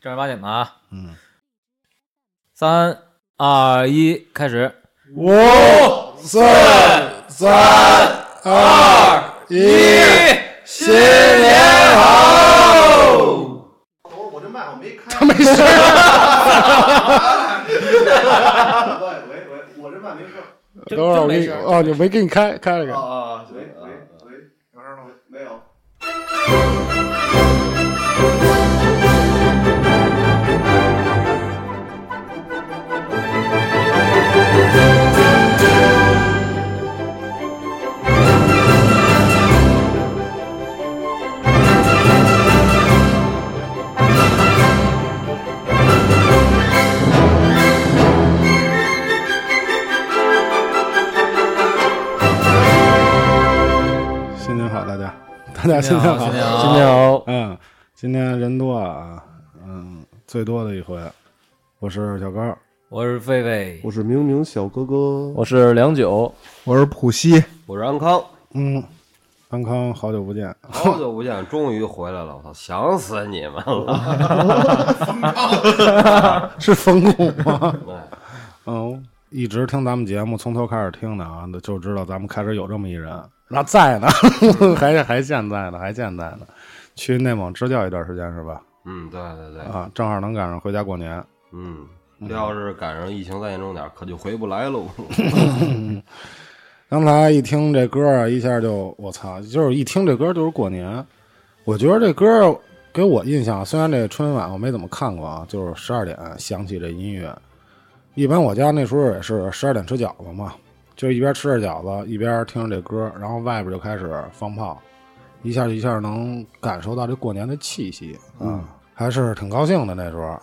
正儿八经的啊！嗯，三二一，开始。五、四、三、二、一，新年好！等会儿我这麦我没开，他没事儿，喂喂喂，我这麦没事儿。等会儿我给你，哦，你没给你开，开了个。啊，喂喂喂，有声吗？没有。新年好，大家，大家新 新年年好好，新年好好。嗯，今天人多啊，嗯，最多的一回，我是小高。我是狒狒，我是明明小哥哥，我是梁九，我是普西，我是安哦康，嗯，安康好久不见，好久不见，终于回来了，我操，想死你们了！ 是冯巩吗？哎嗯，一直听咱们节目，从头开始听的啊，就知道咱们开始有这么一人，那在呢， 还还健在呢，还健在呢。去内蒙支教一段时间是吧？嗯，对对对，啊，正好能赶上回家过年。嗯，要是赶上疫情再严重点儿，可就回不 来喽。刚才一听这歌儿，一下就我操，就是一听这歌儿就是过年。我觉得这歌儿给我印象，虽然这春晚我没怎么看过啊，就是十二点响起这音乐。一般我家那时候也是十二点吃饺子嘛，就是一边吃着饺子一边听着这歌儿，然后外边就开始放炮，一下一下能感受到这过年的气息啊，还是挺高兴的那时候啊。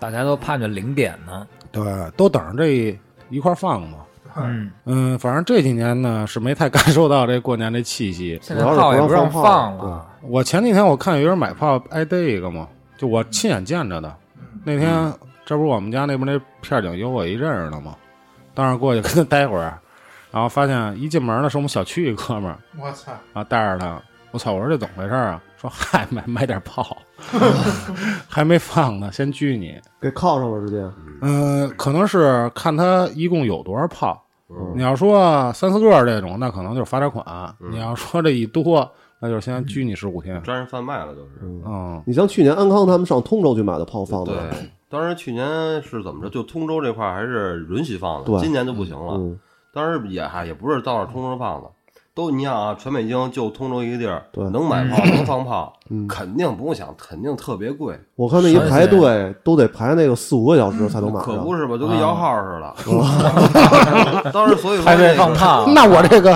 大家都盼着零点呢。对，都等着这一一块儿放嘛。嗯，嗯，反正这几年呢是没太感受到这过年这气息。现在炮也不让放了。我前几天我看有人买炮挨逮一个嘛，就我亲眼见着的。那天嗯这不是我们家那边那片儿警有我一认识的嘛，当时过去跟他待会儿，然后发现一进门呢是我们小区一哥们儿，我操！然后带着他，我操，我说这怎么回事儿啊？说嗨，买买点 炮，还没放呢，先拘你。给铐上了，直接嗯，可能是看他一共有多少炮。嗯你要说三四个这种，那可能就是罚点款；你要说这一多，那就是先拘你十五天。沾上贩卖了就是。嗯，你像去年安康他们上通州去买的炮放的，对，当时去年是怎么着？就通州这块儿还是允许放的，对今年就不行了。嗯，当时也还也不是到那通州放的，都你想啊，全北京就通州一个地儿对，能买炮能放炮，嗯肯定不用想，肯定特别贵，我看那一排队都得排那个四五个小时才能买嗯可上啊不。是吧？就跟摇号似的。 当时所以说排队这个放炮，那我这个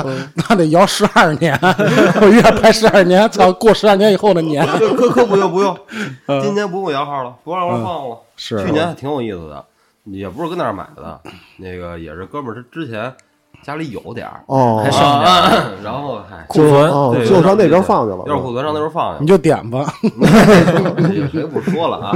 那得摇十二年， 我一下排十二年，操，过十二年以后的年 这可可不用不用， 今年不用摇号了，不让玩放了。嗯是去年还挺有意思的，也不是跟那儿买的，那个也是哥们儿，他之前家里有点儿，啊哦还，剩点儿 然后哎，库存。哦对，就上那边放去要是了。库存上那边放 你去，就点吧。也谁不说了 啊？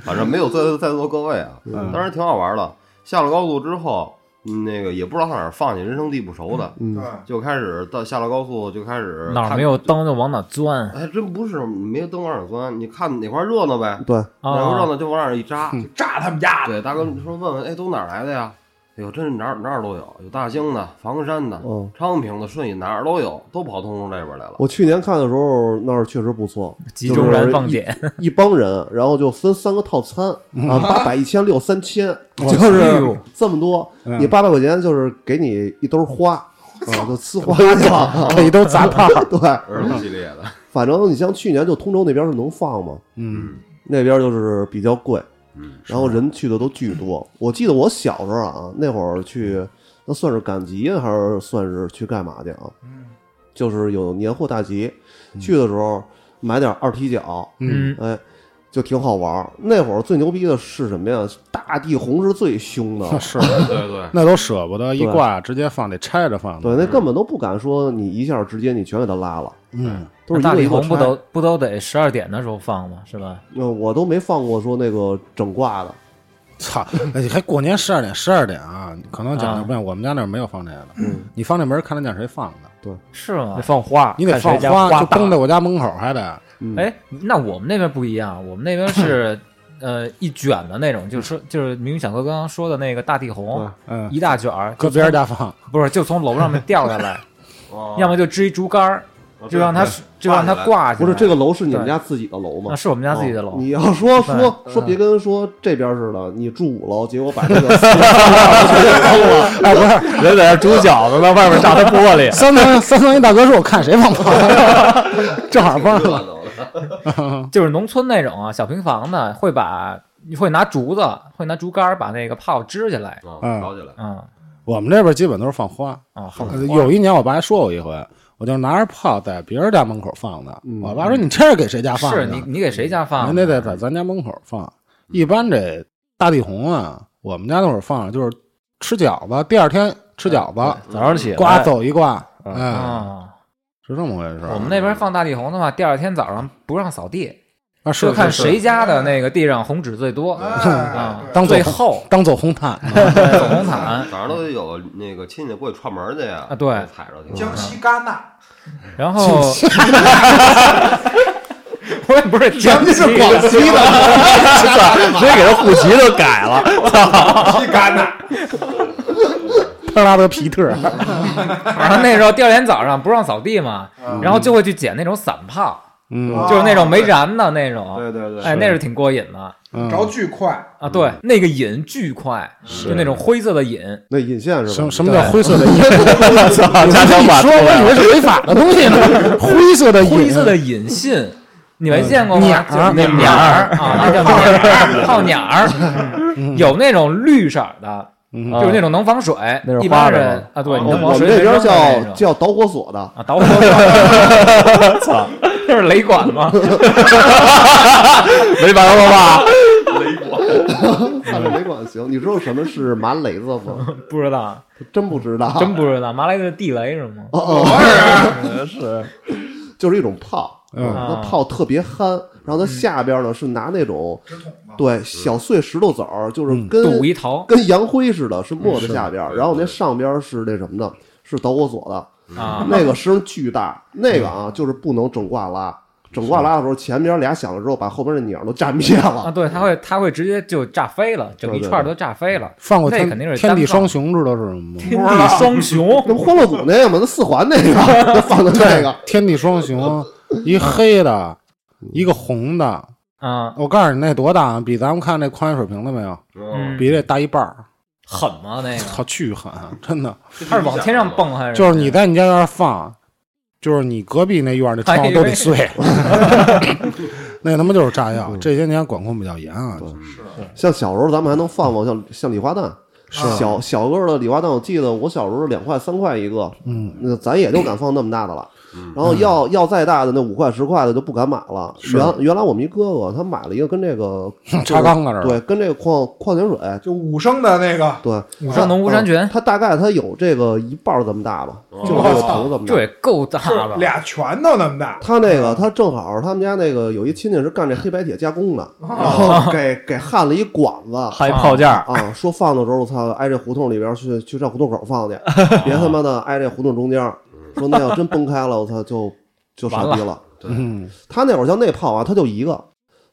反正没有在在座各位啊，嗯当时挺好玩的。下了高速之后，嗯那个也不知道上哪儿放去，人生地不熟的，嗯，就开始到下了高速就开始哪儿看没有灯就往哪儿钻还真不是没有灯往哪儿钻，你看哪块儿热闹呗，对，哪块儿热啊！闹就往哪儿一扎。炸他们家！哦对，大哥你说问问，哎，都哪儿来的呀？哎呦，真是哪儿哪儿都有，有大兴的、房山的、嗯昌平的、顺义，哪儿都有，都跑通州这边来了。我去年看的时候那儿确实不错，集中燃放就是点，一一帮人，然后就分三个套餐嗯啊，八百、一千六、三千，哎就是这么多。嗯你八百块钱就是给你一兜花啊，就呲花去了。 可以都砸炮。对，儿子系列的，反正你像去年就通州那边是能放嘛，嗯，，那边就是比较贵，嗯，然后人去的都巨多。我记得我小时候啊，那会儿去，那算是赶集还是算是去干嘛去啊？就是有年货大集，去的时候买点二踢脚，嗯，哎，就挺好玩儿。那会儿最牛逼的是什么呀？大地红是最凶的是，对对，那都舍不得一挂，直接放得拆着放对，的。那根本都不敢说你一下直接你全给它拉了，嗯，都是一大个礼一个红不拆都不都得十二点的时候放吗？是吧？呃我都没放过说那个整挂的，操，哎还过年十二点，十二点啊，可能讲究不一样。我们家那儿没有放这个的，你放这门儿看他家谁放的。是吗那？放花，你得看放谁家花就大供在我家门口，还得嗯哎，那我们那边不一样，我们那边是呃一卷的那种，就是说就是明宇小哥刚刚说的那个大地红，嗯，一大卷儿，搁就别从人家 放，不是就从楼上面掉下来，哦要么就支一竹竿儿，我知就道让它对就让它挂起不来。是这个楼是你们对家自己的楼吗哦那？是我们家自己的楼，你要说对说说别跟说这边似的，你住五楼，结果把这个四楼 哎全给扔了，人在那煮饺子呢，外面炸他玻璃。 三层三层一大哥说：“我看谁放炮， 正好挺碰上热了。闹的，就是农村那种啊，小平房的，会把会拿竹子，会拿竹竿儿把那个炮支起来，哦嗯吵起来，嗯我们这边基本都是放花，啊，好呃有一年我爸还说我一回，我就拿着炮在别人家门口放的。嗯我爸说：“你这是给谁家放的？是你你给谁家放啊您的？得在咱家门口放。一般这大地红啊，我们家那会儿放就是吃饺子，第二天吃饺子，早上起来，刮走一刮，嗯哎，啊，是这么回事儿。我们那边放大地红的话，第二天早上不让扫地，就啊是看是谁家的那个地上红纸最多啊哎，当做最厚当走 红毯，走红毯。嗯早上都有那个亲戚过去串门去呀，啊对踩着对嗯挺江西戛纳，然后 我也不 是江西是广 西的， 直接给他户籍都改了。西戛纳，特拉德皮特。然后那时候第二天早上不让扫地嘛，然后就会去捡那种散炮，嗯嗯啊就是那种没燃的那种，对对对，哎，那是挺过瘾的嗯着巨快，啊。对，那个瘾巨快，就那种灰色的瘾，那引线是什吧么？什么叫 灰色的瘾？操，你加强版说，我以为是违法的东西 呢。灰色的瘾，灰色的引信，你没见过吗？鸟儿就是那鸟儿啊，那叫鸟儿，泡鸟儿，有啊那种绿色儿的，嗯就是那种能防水那是，一花般的吗人啊，对，你哦我能防我们水这边扔的那叫种叫导火索的， 啊，导火索，操，这是雷管吗？没玩过吧？看着没管行。你知道什么是麻雷子吗？不知啊道，真不知道， 真不知道，麻雷的地雷是吗？哦 就是一种炮，嗯啊那炮特别憨，然后嗯它下边呢是拿那种直筒子，对小碎石头子儿，就是嗯跟赌一头跟洋灰似的，是沫子下边儿，是然后那上边儿是那什么的，是导火索的，啊，嗯那个声巨大，那个啊就是不能整挂拉，整挂拉的时候前边俩响了之后，把后边那鸟都炸灭啊，了。对，它会它会直接就炸飞了，整一对对串儿都炸飞了。放过那天肯定是天地单双放雄，知道是什么吗？天地双雄那不欢乐谷那个吗？那四环那个，那放的那个，天地双雄，嗯一黑的，一个红的。啊，我告诉你，那多大啊？比咱们看那矿泉水瓶子没有？嗯，比这大一半儿。 狠吗？那个操，巨狠，啊真的。它是往天上蹦还是？就是你在你家院儿放，就是你隔壁那院儿的哎窗户都得碎。 那他妈就是炸药，这些年管控比较严啊。像小时候咱们还能放放像像礼花弹，小小个儿的礼花弹，我记得我小时候两块三块一个，嗯，那咱也就敢放那么大的了嗯。然后要要再大的那五块十块的就不敢买了。原原来我们一哥哥他买了一个跟 这个插缸搁这儿。对跟这个矿矿泉水就五升的那个，对五上农夫山泉嗯，它大概它有这个一半儿这么大吧，哦就是这个头这么这大。也够大了，俩拳头那么大，他那个，他正好他们家那个有一亲戚是干这黑白铁加工的，然后给给焊了一管子，还炮架儿，啊，说放的时候，我操，挨这胡同里边儿去，去上胡同口放去，别他妈的挨这胡同中间儿。说那要真崩开了，我操，就就傻逼了。嗯，他那会儿像那炮啊，他就一个，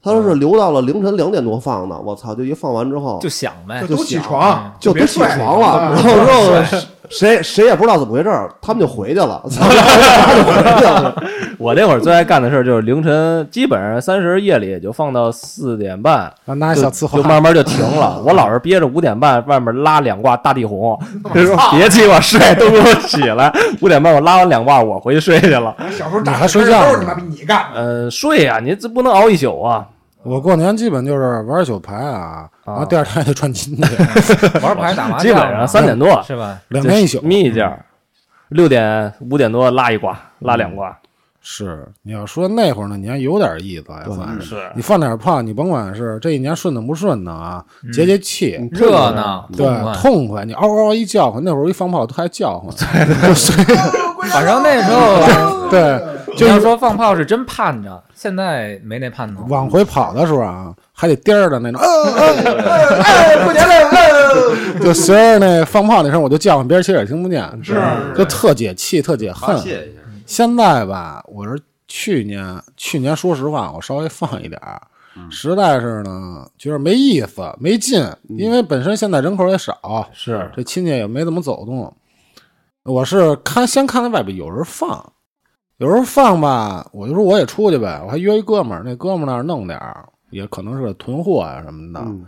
他说是留到了凌晨两点多放的，我操，就一放完之后就想呗就，就都起响床，就别都起睡床了，然后之后谁谁也不知道怎么回事儿，他们就回去了，操，他就回去了， 我那会儿最爱干的事儿就是凌晨，基本上三十夜里也就放到四点半，那拿就小刺就花，慢慢就停 了。我老是憋着五点半，外面拉两挂大地红，就说 别起我睡，都给我起来。五点半我拉完两挂，我回去睡去了。小时候你打还睡嗝觉都是呢他妈逼你干的，呃，睡呀、你这不能熬一宿啊。我过年基本就是玩宿牌啊，然后第二天还得串亲戚，玩牌打麻将，啊基本上三点多是吧？两天一宿。眯一觉，六点五点多拉一挂，拉两挂，是，你要说那会儿呢，你还有点意思呀，算是。是你放点炮，你甭管是这一年顺的不顺的啊，解解气，热闹，对痛，快痛快。你嗷嗷一叫唤，那会儿一放炮都还叫唤，对反正那时候，对，就就是是说放炮是真盼着，现在没那盼头。往回跑的时候啊，还得颠儿的那种，呃 呃哎，过年了，就随着那放炮那声，我就叫唤，别人其实也听不见，是就特解气，特解发恨。泄一下，现在吧，我是去年去年说实话，我稍微放一点儿，实在是呢觉得没意思没劲，因为本身现在人口也少，是这亲戚也没怎么走动。我是看先看那外边有人放，有人放吧，我就说我也出去呗，我还约一哥们儿，那哥们儿那儿弄点儿，也可能是囤货呀、什么的。嗯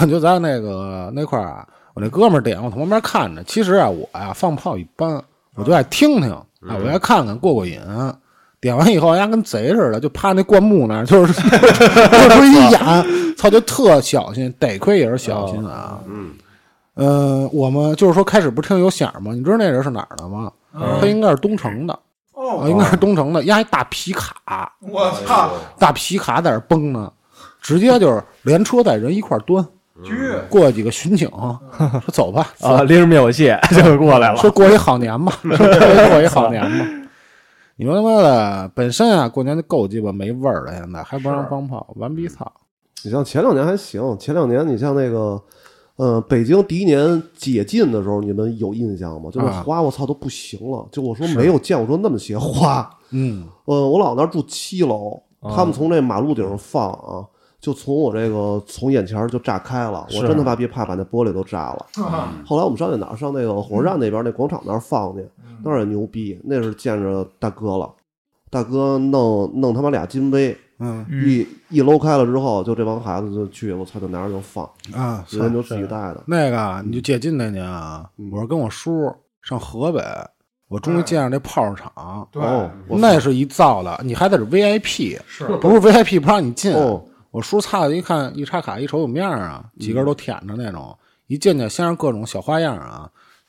我就在那个那块儿啊，我那哥们儿点，我从旁边看着。其实啊，我呀、放炮一般，我就爱听听，哎，我爱看看过过瘾。点完以后，人家跟贼似的，就趴那灌木那儿，就是 就是一眼，操，就特小心，得亏也是小心啊。嗯，呃，我们就是说开始不听有响吗？你知道那人是哪儿的吗？他应该是东城的，啊哦，应该是东城的，压一大皮卡， 我哎操，大皮卡在那儿崩呢，直接就是连车带人一块儿端。狙嗯过来几个巡 警，说走 吧，啊，拎着灭火器就过来了。说过一好年 吧，说过一好年吧。你说他妈的，本身啊，过年就够鸡巴没味儿了，现在还不让放炮，完逼操！你像前两年还行，前两年你像那个，呃，北京第一年解禁的时候，你们有印象吗？就那啊花，我操都不行了，就我说没有见过说那么些花。嗯，呃，我姥那儿住七楼，他们从这马路顶上放啊，就从我这个从眼前儿就炸开了，我真他妈别怕把那玻璃都炸了。啊后来我们上那哪儿？上那个火车站那边那广场那儿放去，那儿也牛逼，那是见着大哥了，大哥弄弄他妈俩金杯，嗯一一搂开了之后，就这帮孩子就去，我操，就拿着就放，啊，操人就自己带的。那个你就解禁那年啊，我是跟我叔上河北，我终于见着那炮厂，对，哦，我那是一造的，你还得是 VIP，是不是 VIP 不让你进。哦，我叔擦的一看一插卡一瞅有面儿啊，几个人都舔着那种，一进去先是各种小花样啊，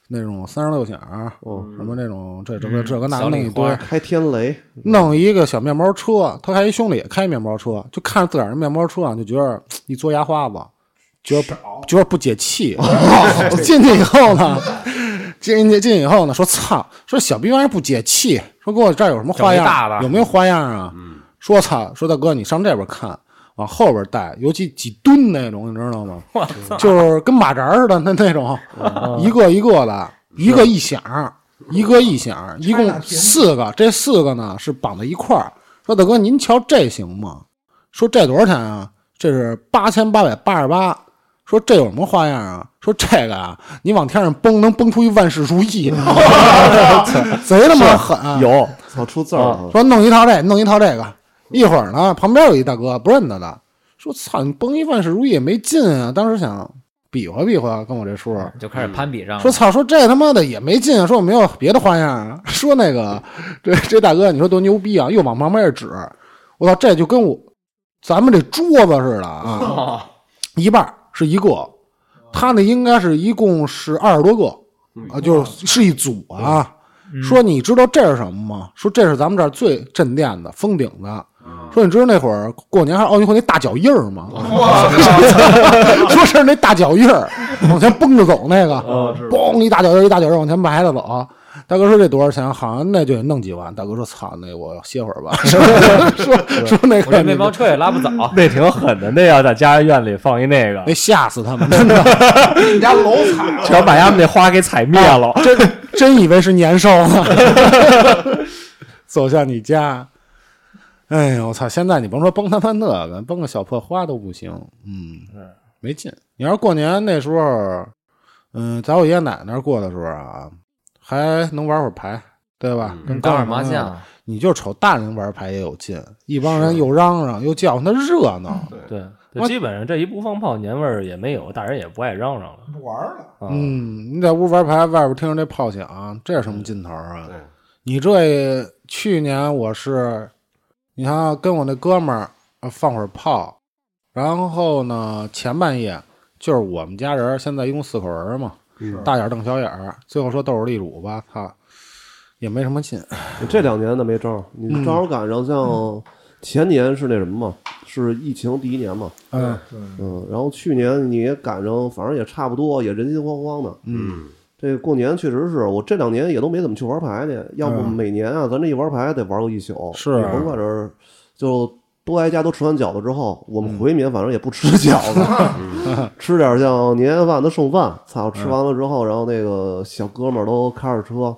那种三十六响儿，哦什么那种这这个这个那小那礼一堆花，开天雷，弄一个小面包车，他还一兄弟也开面包车，就看着自个儿那面包车啊，就觉得嘖一嘬牙花子，觉得少觉得不解气。进去以后呢，进进进去以后呢，说操，说小逼玩意儿不解气，说给我这儿有什么整花一大的样，有没有花样啊？说操，说大哥你上这边看。往后边带，尤其几吨那种，你知道吗？就是跟马扎儿似的那那种，一个一个的，一个一响，一个一响，一共四个，这四个呢是绑在一块儿。说大哥，您瞧这行吗？说这多少钱啊？这是八千八百八十八。说这有什么花样啊？说这个啊，你往天上崩，能崩出一万事如意， 贼他妈狠、啊有操，出字儿了。说弄一套这个，弄一套这个。一会儿呢，旁边有一大哥不认得的，说：“操，你崩一万事如意也没劲啊！”当时想比划比划，跟我这叔儿就开始攀比上了啊嗯说：“操，说这他妈的也没劲啊！”说我没有别的花样啊。 说那个这这大哥，你说多牛逼啊！又往旁边一指，我操，这就跟我咱们这桌子似的啊，一半儿是一个，他那应该是一共是二十多个啊，就是是一组啊。说你知道这是什么吗？说这是咱们这儿最镇店的封顶的。说你知道那会儿过年还是奥运会那大脚印儿吗？说是那大脚印儿往前蹦着走那 个，嘣一大脚印儿一大脚印儿往前埋着走。大哥说这多少钱？好像那就得弄几万。大哥说操，那我歇会儿吧。 说说说那我这个面包车也拉不走，那挺狠的，那要在家院里放一那个那，哎吓死他们，真的。你家 楼踩了，全把他们那花给踩灭了。真 真以为是年兽呢。 走向你家，哎呦我操！现在你甭说崩他妈那个，崩个小破花都不行，嗯，没劲。你要是过年那时候，嗯，在我爷爷奶奶那儿过的时候啊，还能玩会儿牌，对嗯吧？跟打哥会们儿麻儿朋友将，你就瞅大人玩牌也有劲，一帮人又嚷嚷又叫唤，那热闹。对，我就基本上这一不放炮，年味儿也没有，大人也不爱嚷嚷了。不玩了，啊，嗯，你在屋玩牌，外边听着这炮响，这是什么劲头啊？对你这去年我是，你看跟我那哥们儿呃放会儿炮，然后呢前半夜就是我们家人儿现在一共四口人儿嘛，大眼儿瞪小眼儿，最后说斗智地主吧，操，也没什么劲。这两年那没招儿，嗯你正好赶上像前年是那什么嘛，是疫情第一年嘛，嗯嗯，然后去年你也赶上，反正也差不多，也人心惶惶的。嗯，这过年确实是我这两年也都没怎么去玩牌去，要不嗯每年啊，咱这一玩牌得玩个一宿，是你甭管是就都挨家都吃完饺子之后，我嗯们回民反正也不吃饺子， 吃点像年夜饭的剩饭，操，嗯吃完了之后，然后那个小哥们儿都开着车。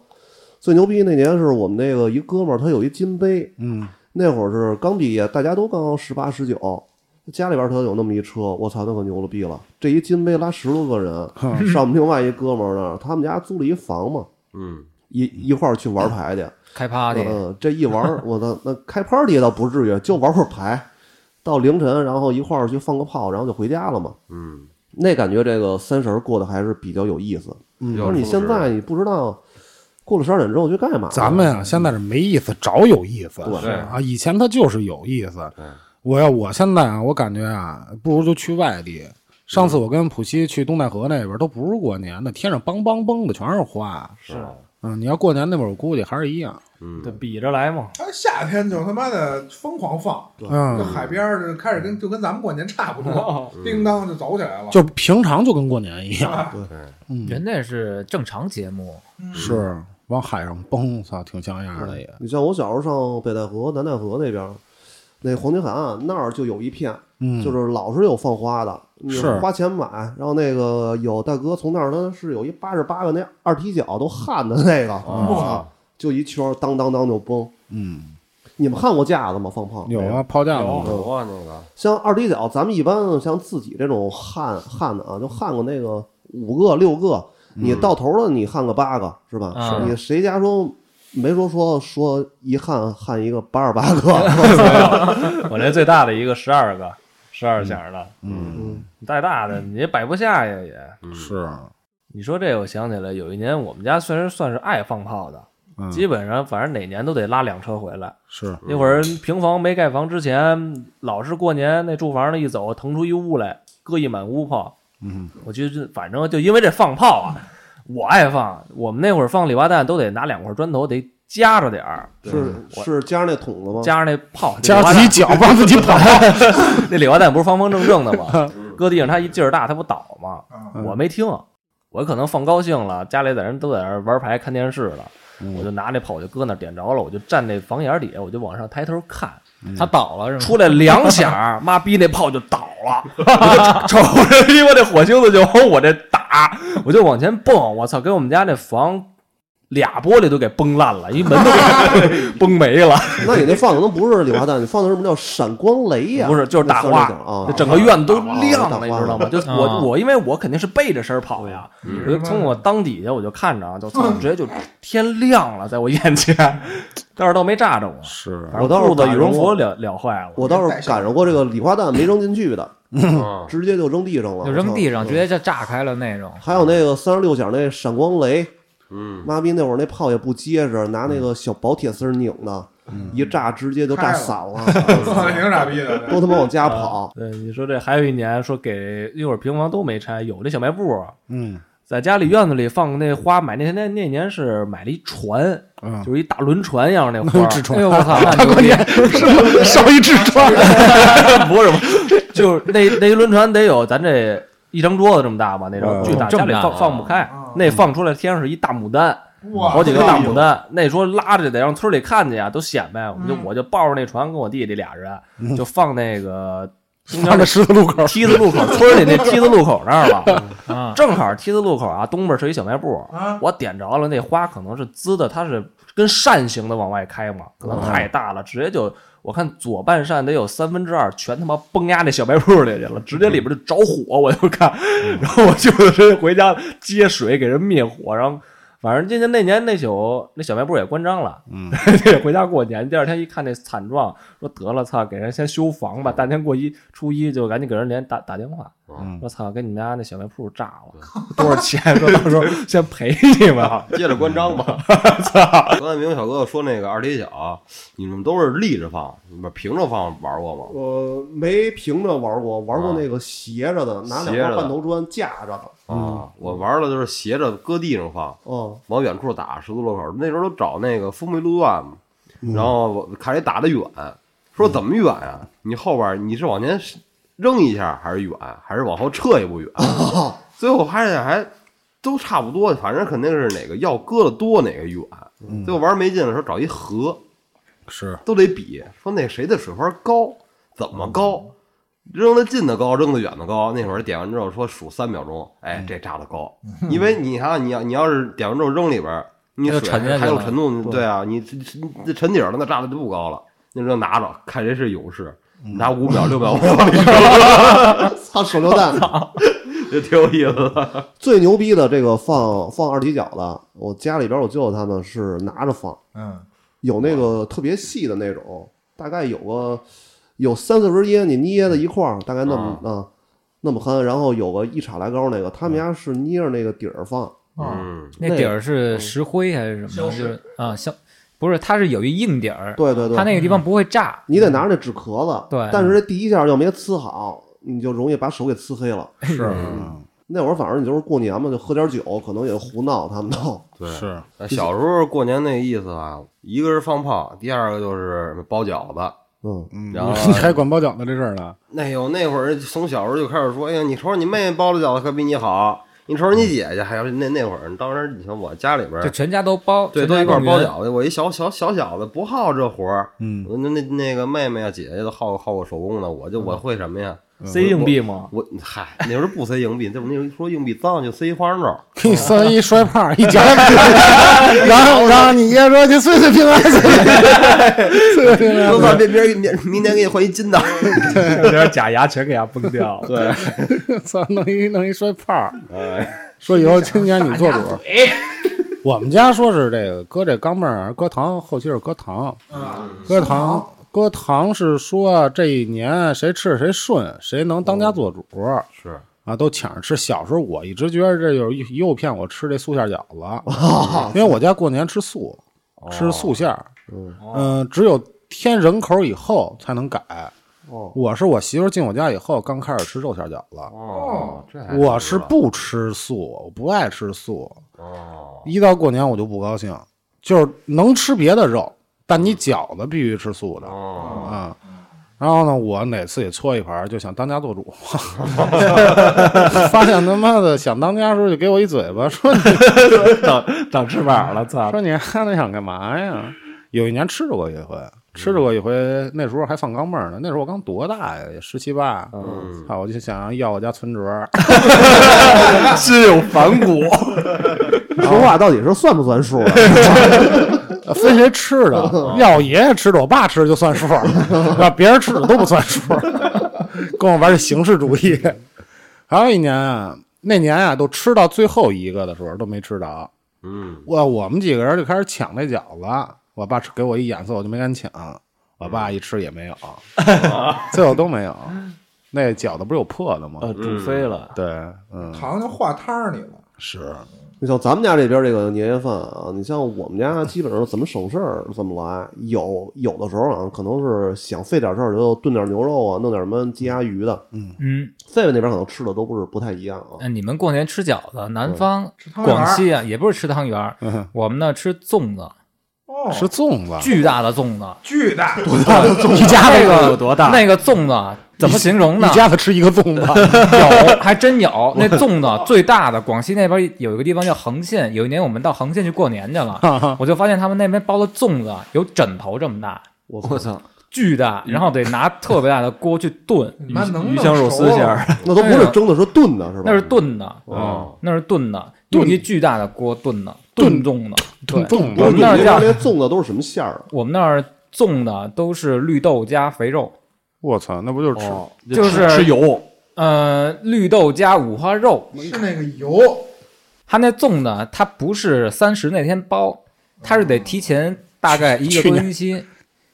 最牛逼那年是我们那个一哥们儿，他有一金杯，嗯那会儿是刚毕业，大家都刚十八十九，家里边儿头有那么一车，我操，那可牛了逼了！这一金杯拉十多个人，啊上我们另外一哥们儿那儿，他们家租了一房嘛，嗯，一一块儿去玩牌去。开 party，嗯，这一玩儿，我的那开 party 倒不至于，就玩会儿牌，到凌晨，然后一块儿去放个炮，然后就回家了嘛。嗯，那感觉这个三十儿过得还是比较有意思。比较但是嗯你充现实在你不知道过了十二点之后去干嘛了？咱们啊，现在是没意思，找有意思对啊。以前它就是有意思对。我要我现在啊，我感觉啊，不如就去外地。上次我跟普希去东戴河那边，都不是过年的，天上梆梆梆的全是花。是吧，嗯，你要过年那会儿，我估计还是一样。嗯，对，比着来嘛。他哎夏天就他妈的疯狂放，那嗯，海边儿就开始跟就跟咱们过年差不哦多，嗯叮当就走起来了。就平常就跟过年一样。嗯人那是正常节目，是往海上蹦，操，挺像样的也。你像我小时候上北戴河、南戴河那边儿，那黄金海岸那儿就有一片，嗯，就是老是有放花的，你是花钱买。然后那个有大哥从那儿，他是有一八十八个那二踢脚都焊的那个，哇啊，就一圈儿当当当就崩。嗯，你们看过架子吗？放炮有啊，抛架子嘛。有啊，那个像二踢脚，咱们一般像自己这种焊焊的啊，就焊个那个五个六个，嗯你到头了你焊个八个是吧？啊你谁家说没说说说一焊焊一个八十八 个？我那最大的一个十二个，十二响的，嗯，你再大的你也摆不下呀也。是，你说这我想起来，有一年我们家虽然算是爱放炮的，嗯，基本上反正哪年都得拉两车回来。是，那会儿平房没盖房之前，老是过年那住房那一走，腾出一屋来，搁一满屋炮。嗯，我觉得反正就因为这放炮啊，我爱放。我们那会儿放礼花弹都得拿两块砖头得夹着点儿，是我是加上那桶子吗？夹着那炮，哦夹礼花着自弹己脚，不让自己跑。 那礼花弹不是方方正正的吗？搁地上它一劲儿大，它不倒吗？啊， 嗯我没听，我可能放高兴了，家里在人都在那儿玩牌看电视了， 我就拿那炮我就搁那儿点着了，我就站那房檐底下，我就往上抬头看，他倒了是吗？ 出来两响儿，妈逼那炮就倒了， 我就瞅着鸡巴这火星子就往我这打，我就往前蹦，我操，给我们家那房俩玻璃都给崩烂了，一门都给 崩没了， 那你那放可能不是礼花弹，你放的什么叫闪光雷呀？不是就是那大花三十九啊这，整个院都亮大了，花嗯你知道吗？就啊我我因为我肯定是背着身儿跑呀，我就从我裆底下我就看着啊，就操，直接就天亮了，在我眼前， 但是倒没炸着我，是，反正我倒是裤子打羽着绒服我了了坏了，我倒是赶上过这个礼花弹没扔进去的，啊直接就扔地上了，就扔地上，我操嗯直接就炸开了那种。还有那个三十六响那闪光雷，嗯，妈逼那会儿那炮也不结实，拿那个小薄铁丝儿拧的，一炸直接就炸散嗯了， 操，挺傻逼的。都他妈往家啊跑。对，你说这还有一年说给一会儿平房都没拆，有那小卖部啊嗯在家里院子里放那花，买那天那那年是买了一船，嗯，就是一大轮船一样那花，痔疮哎呦我操！那牛逼少一痔疮。 不是不是， 就是那那一轮船得有咱这一张桌子这么大吧，那张嗯巨大，这家么里大放啊放不开，那放出来天上是一大牡丹，哇，好几个大牡的，丹，那说拉着得让村里看见啊，都显摆，我们就嗯我就抱着那船跟我弟弟俩人就放那个中间放那在十字路口，梯子路口，村里那梯子路口那儿了。啊！正好梯子路口啊，东边是一小卖部啊，我点着了，那花可能是滋的，它是跟扇形的往外开嘛，可能太大了，直接就我看左半扇得有三分之二全他妈崩压那小卖部里去了，直接里边就着火，我就看，然后我就直接回家接水给人灭火，然后。反正今年那年那宿那小卖部也关张了， 嗯，也回家过年。第二天一看那惨状，说得了，操，给人先修房吧，大年过一初一就赶紧给人连打打电话，嗯 我操，给你们家那小卖铺炸了，多少钱？说到时候先赔你们。接着关张吧。刚才明小哥哥说那个二踢脚，你们都是立着放，你们平着放玩过吗？我没平着玩过，玩啊过那个斜着的，拿斜着两的块半头砖架着的。嗯啊，我玩的就是斜着搁地上放，哦，往远处打十字路口。那时候都找那个风煤路段嘛，然后我看谁打得远，说怎么远啊？你后边你是往前扔一下还是远，还是往后撤一步远？ 最后发现还都差不多，反正肯定是哪个要搁的多哪个远。最后玩没劲的时候找一河，嗯是都得比，说那谁的水花高，怎么高？扔的近的高，扔的远的高。那会儿点完之后说数三秒钟，哎，这炸的高，因为你看你要你要是点完之后扔里边儿，你它就水沉下去还有了沉度，对啊，你你你沉底儿了，那炸的就不高了。那就拿着，看谁是勇士，拿五秒六秒我往里扔， 操手榴 弹！ 就挺有意思的。最牛逼的这个放放二踢脚的，我家里边我舅舅他们是拿着放，嗯，有那个特别细的那种，大概有个有三四十烟，你捏在一块儿，大概那么啊那么憨，然后有个一叉来高那个，他们家是捏着那个底儿放，哦，嗯，那底儿是石灰还是什么？消就失是啊，像不是，它是有一硬底儿，对对对，它那个地方不会炸。你得拿着那纸壳子，对但是这第一下要没呲好，你就容易把手给呲黑 了。是嗯嗯那会儿反正你就是过年嘛，就喝点酒，可能也胡闹他们都。对。是，呃小时候过年那意思吧，一个是放炮，第二个就是包饺子。嗯，嗯然后你还管包饺子这事儿呢？那有那会儿从小时候就开始说，哎呀，你瞅瞅你妹妹包的饺子可比你好，你瞅瞅嗯你姐姐，还有那那会儿，当时你看我家里边就，全家都包，对，全家都一块儿包圆饺子。我一小小小小子不好这活儿，嗯我那那那个妹妹啊姐姐都好好我手工呢，我就嗯我会什么呀？塞硬币吗？我嗨，那时候不塞硬币，那会儿那时候说硬币脏就塞一花生 豆，给你三一摔胖，一脚， 然后然后你爷说你岁岁平安，岁岁平安。说别别明明年给你换一金的。啊 有点假牙全给它崩掉了。对，操，弄一弄一摔炮儿，说以后今年你做主。我们家说是这个搁这钢镚儿，搁糖，后期是搁糖，啊，搁糖，搁糖是说这一年谁吃谁顺，谁能当家做主 是，啊，都抢着吃。小时候我一直觉得这就是诱骗我吃这素馅儿饺子，因为我家过年吃素，吃素馅儿，嗯，只有添人口以后才能改。哦，我是我媳妇儿进我家以后，刚开始吃肉馅儿饺子。哦，这还我是知道不吃素，我不爱吃素。哦，一到过年我就不高兴，就是能吃别的肉，但你饺子必须吃素的哦，啊。然后呢，我哪次也搓一盘儿，就想当家做主 嘛。发现他妈的想当家的时候，就给我一嘴巴，说你长长翅膀了，操！说你还那想干嘛呀？有一年吃着过一回，吃着过一回，那时候还放钢镚儿呢。那时候我刚多大呀，十七八。嗯，啊，我就想要我家存折儿，心有反骨。说话到底是算不算数啊？呃分谁吃的，要我爷爷吃的，我爸吃的就算数儿，要别人吃的都不算数儿， 跟我玩这形式主义。还有一年啊，那年啊，都吃到最后一个的时候都没吃着，嗯，我我们几个人就开始抢那饺子，我爸吃给我一眼色，我就没敢抢，我爸一吃也没有，最后都没有。那饺子不是有破的吗？呃，煮飞了，对，嗯，好像就化摊儿里了。 是，你像咱们家这边这个年夜饭啊，你像我们家基本上怎么省事儿怎么来，有有的时候啊，可能是想费点事儿就炖点牛肉啊，弄点什么鸡鸭鱼的。嗯，狒狒那边可能吃的都不是不太一样啊。那你们过年吃饺子，南方吃汤圆儿广西啊也不是吃汤圆儿，嗯，我们呢吃粽子，哦，吃粽子，巨大的粽子，巨大，啊你家那粽子个有多大那个粽子啊怎么形容呢一？家子吃一个粽子，有， 还真有。那粽子啊最大的，广西那边有一个地方叫横县，有一年我们到横县去过年去了，我就发现他们那边包的粽子啊有枕头这么大，我我操！巨大，然后得拿特别大的锅去炖，你妈能鱼弄香肉熟丝了馅儿，那都不是蒸的，是炖的，是吧？那是炖的，哦，那是炖的，用一巨大的锅炖的，炖粽子。对炖，粽我子，们那儿们叫那些粽子都是什么馅儿啊？我们那儿粽的都是绿豆加肥肉，我操，那不就是吃哦就是吃油，呃，绿豆加五花肉。是那个油，它那粽呢，它不是三十那天包，它是得提前大概一个多星期，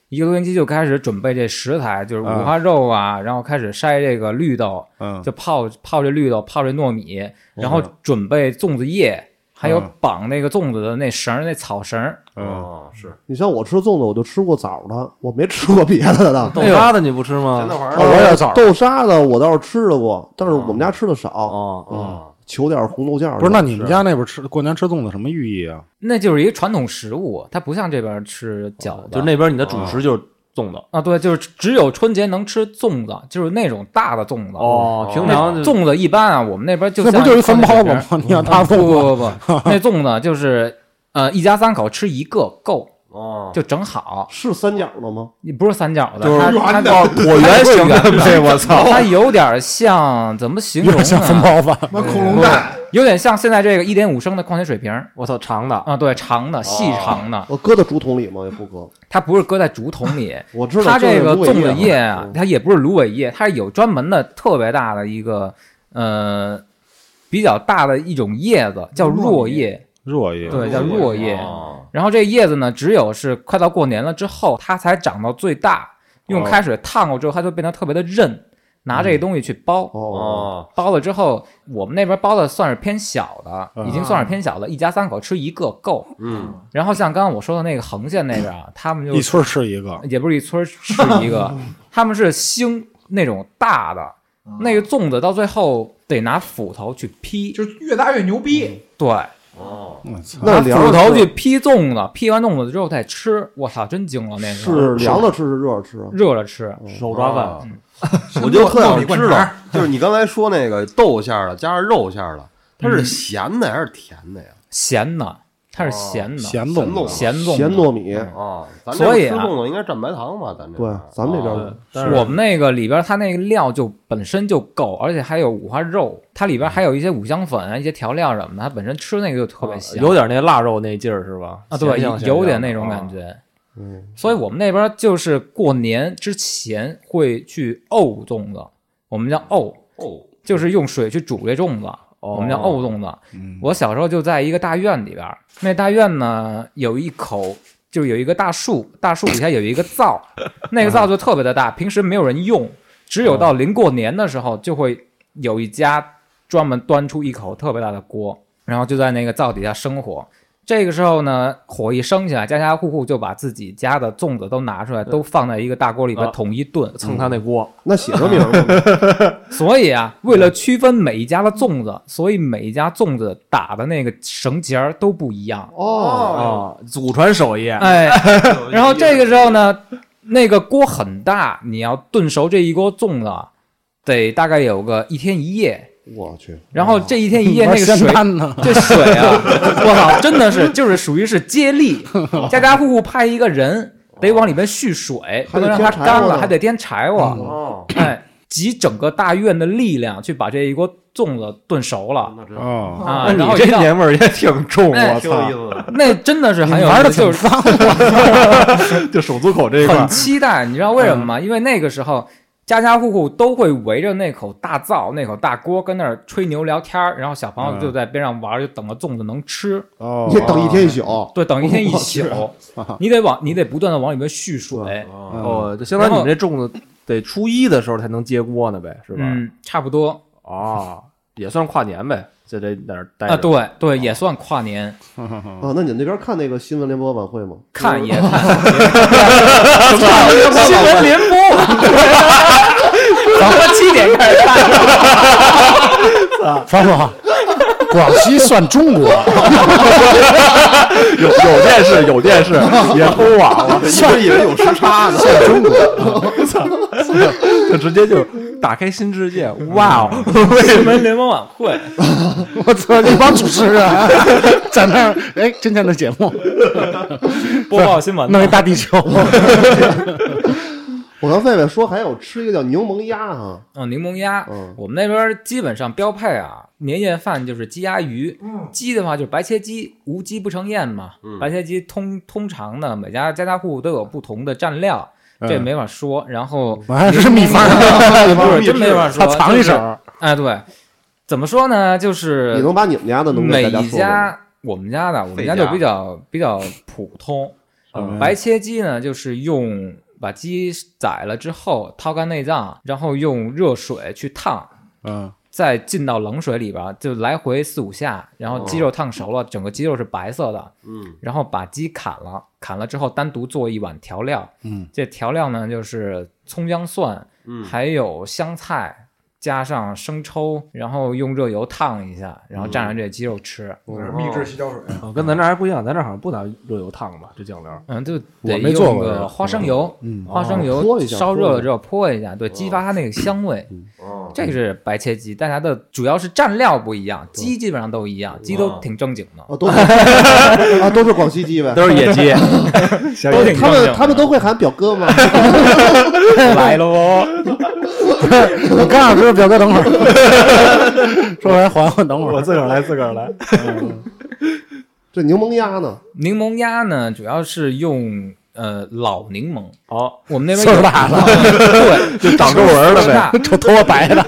一个多星期就开始准备这食材，就是五哦啊花肉啊，然后开始筛这个绿豆，嗯哦就泡泡这绿豆，泡这糯米，然后准备粽子叶，还有嗯绑那个粽子的那绳儿，那草绳儿。嗯，哦，是，你像我吃粽子，我就吃过枣的，我没吃过别的的。豆沙哎的你不吃现在吗？玩意哦我也枣豆沙的我倒是吃的过，但是我们家吃的少，嗯哦哦，啊，求点红豆馅儿。不是，那你们家那边吃过年吃粽子什么寓意啊？那就是一个传统食物，它不像这边吃饺哦子，就那边你的主食就是粽子。啊，对，就是只有春节能吃粽子，就是那种大的粽子。哦，平那常就粽子一般啊，我们那边就那不像就是一放坟那包里子边儿吗？你要大啊不粽子，不不不，那粽子就是呃一家三口吃一个够，哦，就正好，是三角的吗？你不是三角的，就是它它圆的哦椭圆形的呗，我操！它有点像怎么形有容点像坟呢？ 包子。妈恐龙蛋，有点像现在这个一点五升的矿泉水瓶儿我操，长的，啊，对，长的细长的，我搁到竹筒里吗？也不搁，它不是搁在竹筒里，我知道它这个就是芦粽苇子叶叶啊嗯，它也不是芦苇叶，它是有专门的特别大的一个呃比较大的一种叶子，叫箬叶，若叶，对，叫箬叶。哦然后这叶子呢，只有是快到过年了之后，它才长到最大，用开水烫过之后，它就变得特别的韧。拿这个东西去包，哦，包了之后，我们那边包的算是偏小的，嗯已经算是偏小的，一家三口吃一个够。嗯，然后像刚刚我说的那个横县那边啊，他们就一村儿吃一个，也不是一村儿吃一个，他们是兴那种大的，那个粽子到最后得拿斧头去劈，就是越大越牛逼。对，哦，我操，拿那凉斧了头吃去劈粽子，劈完粽子之后再吃，我操，真惊了，那个是凉了吃是热了吃啊？热着吃，嗯手抓饭，嗯饭， 我就特糯想米灌知肠道儿，， 就是你刚才说那个豆馅儿的加上肉馅儿的，它嗯是咸的还是甜的呀？咸的，它是哦咸的，咸粽咸子粽咸粽，咸糯。米，嗯哦，咱这所以吃啊粽子应该蘸白糖吧？咱这对边儿，咱们这边哦儿但是我们那个里边，它那个料就本身就够，而且还有五花肉，它嗯里边还有一些五香粉啊、一些调料什么的，它本身吃那个就特别香，啊有点那腊肉那劲儿是吧？啊，对，咸香有咸香啊有点那种的哦感。觉。嗯，所以我们那边就是过年之前会去沤粽子，我们叫沤，哦，就是用水去煮这粽子，哦我们叫沤粽子。嗯我小时候就在一个大院里边儿，那大院呢有一口，就是有一个大树，大树底下有一个 灶，那个灶就特别的大，平时没有人用，只有嗯到临过年的时候就会有一家专门端出一口特别大的锅，然后就在那个灶底下生火。这个时候呢，火一升起来，家家户户就把自己家的粽子都拿出来，都放在一个大锅里边啊统一炖。蹭他那锅，那写着名儿吗 所以啊，为了区分每一家的粽子，所以每一家粽子打的那个绳结儿都不一样。哦，啊，祖传手艺，哎， 然后这个时候呢，那个锅很大，你要炖熟这一锅粽子，得大概有个一天一夜。我去，然后这一天一夜那玩个咸水， 蛋呢，这水 啊，我操，真的是就是属于是接 力，家家户户派一个人，得往里面蓄水，不能让它干了，哦还得添柴火。哦，哎，集整个大院的力量去把这一锅粽子炖熟了那真哦，啊，那然后你一这道年味儿也挺重，哎我挺有意操，思的。那真的是很有玩的意思就挺是脏， 就手足口这一块很儿，嗯期待，你知道为什么吗？因为那个时候。家家户户都会围着那口大灶、那口大锅跟那儿吹牛聊天儿，然后小朋嗯友就在边上玩儿，就等着粽子能吃。哦，你等一天一宿，对，等一天一宿，你得往你得不断的往里面蓄水，哦哦，就相当于你们这粽子得初一的时候才能接锅呢呗，是吧？嗯，差不多哦，也算跨年呗，就得在那儿待着啊，对对，也算跨年。哦啊，那你们那边看那个新闻联播晚会吗？看嗯也看， 新闻联播，早上七点开始看， frank 广西算中 国，有有电视，有电视，也偷网了，一直以为有时差呢，在中国就直接就打开新世界，哇哦！嗯 新闻联播晚会，我操，这帮主持人啊 在那儿，哎，今天的节目播报新闻弄一大地球，我跟狒狒说，还有吃一个叫柠檬鸭啊，嗯，柠檬鸭嗯，我们那边基本上标配啊，年夜饭就是鸡鸭鱼，嗯，鸡的话就是白切鸡，无鸡不成宴嘛。嗯白切鸡通通常呢，每家家家户户都有不同的蘸料，嗯这没法说。然后完嗯是秘方，不是 真没法说，他藏一手就，是。哎，对，怎么说呢？就是你能把你们家的能每给大家一说吗？家我们家的，我们家费就家比较比较普通。嗯白切鸡呢，就是用把鸡宰了之后掏干内脏，然后用热水去烫，嗯，再浸到冷水里边儿，就来回四五下，然后鸡肉烫熟哦了，整个鸡肉是白色的，嗯，然后把鸡砍了，砍了之后单独做一碗调料。嗯，这调料呢就是葱姜蒜，嗯还有香菜，加上生抽，然后用热油烫一下，然后蘸上这鸡肉吃。我是秘制洗脚水，哦跟咱这还不一样，咱这好像不拿热油烫吧，这酱料。嗯，就我得没做用过这个个花生油，嗯花生哦泼油一下烧热泼一了下之后泼一下，对，激发它那个香味。哦，这个是白切鸡，但它的主要是蘸料不一样，鸡基本上都一样，鸡都挺正经的，啊，都是 啊，都是广西鸡呗，都是野 鸡，都挺他正经们的哦他们都会喊表哥吗？来喽。 我刚想说表哥等会儿， 说来缓缓等会儿。自个儿来，自个儿来。这柠檬鸭呢？柠檬鸭呢，主要是用呃老柠檬，哦，我们那边岁数有大了，对，就长皱纹了呗。 呗。这头发白的，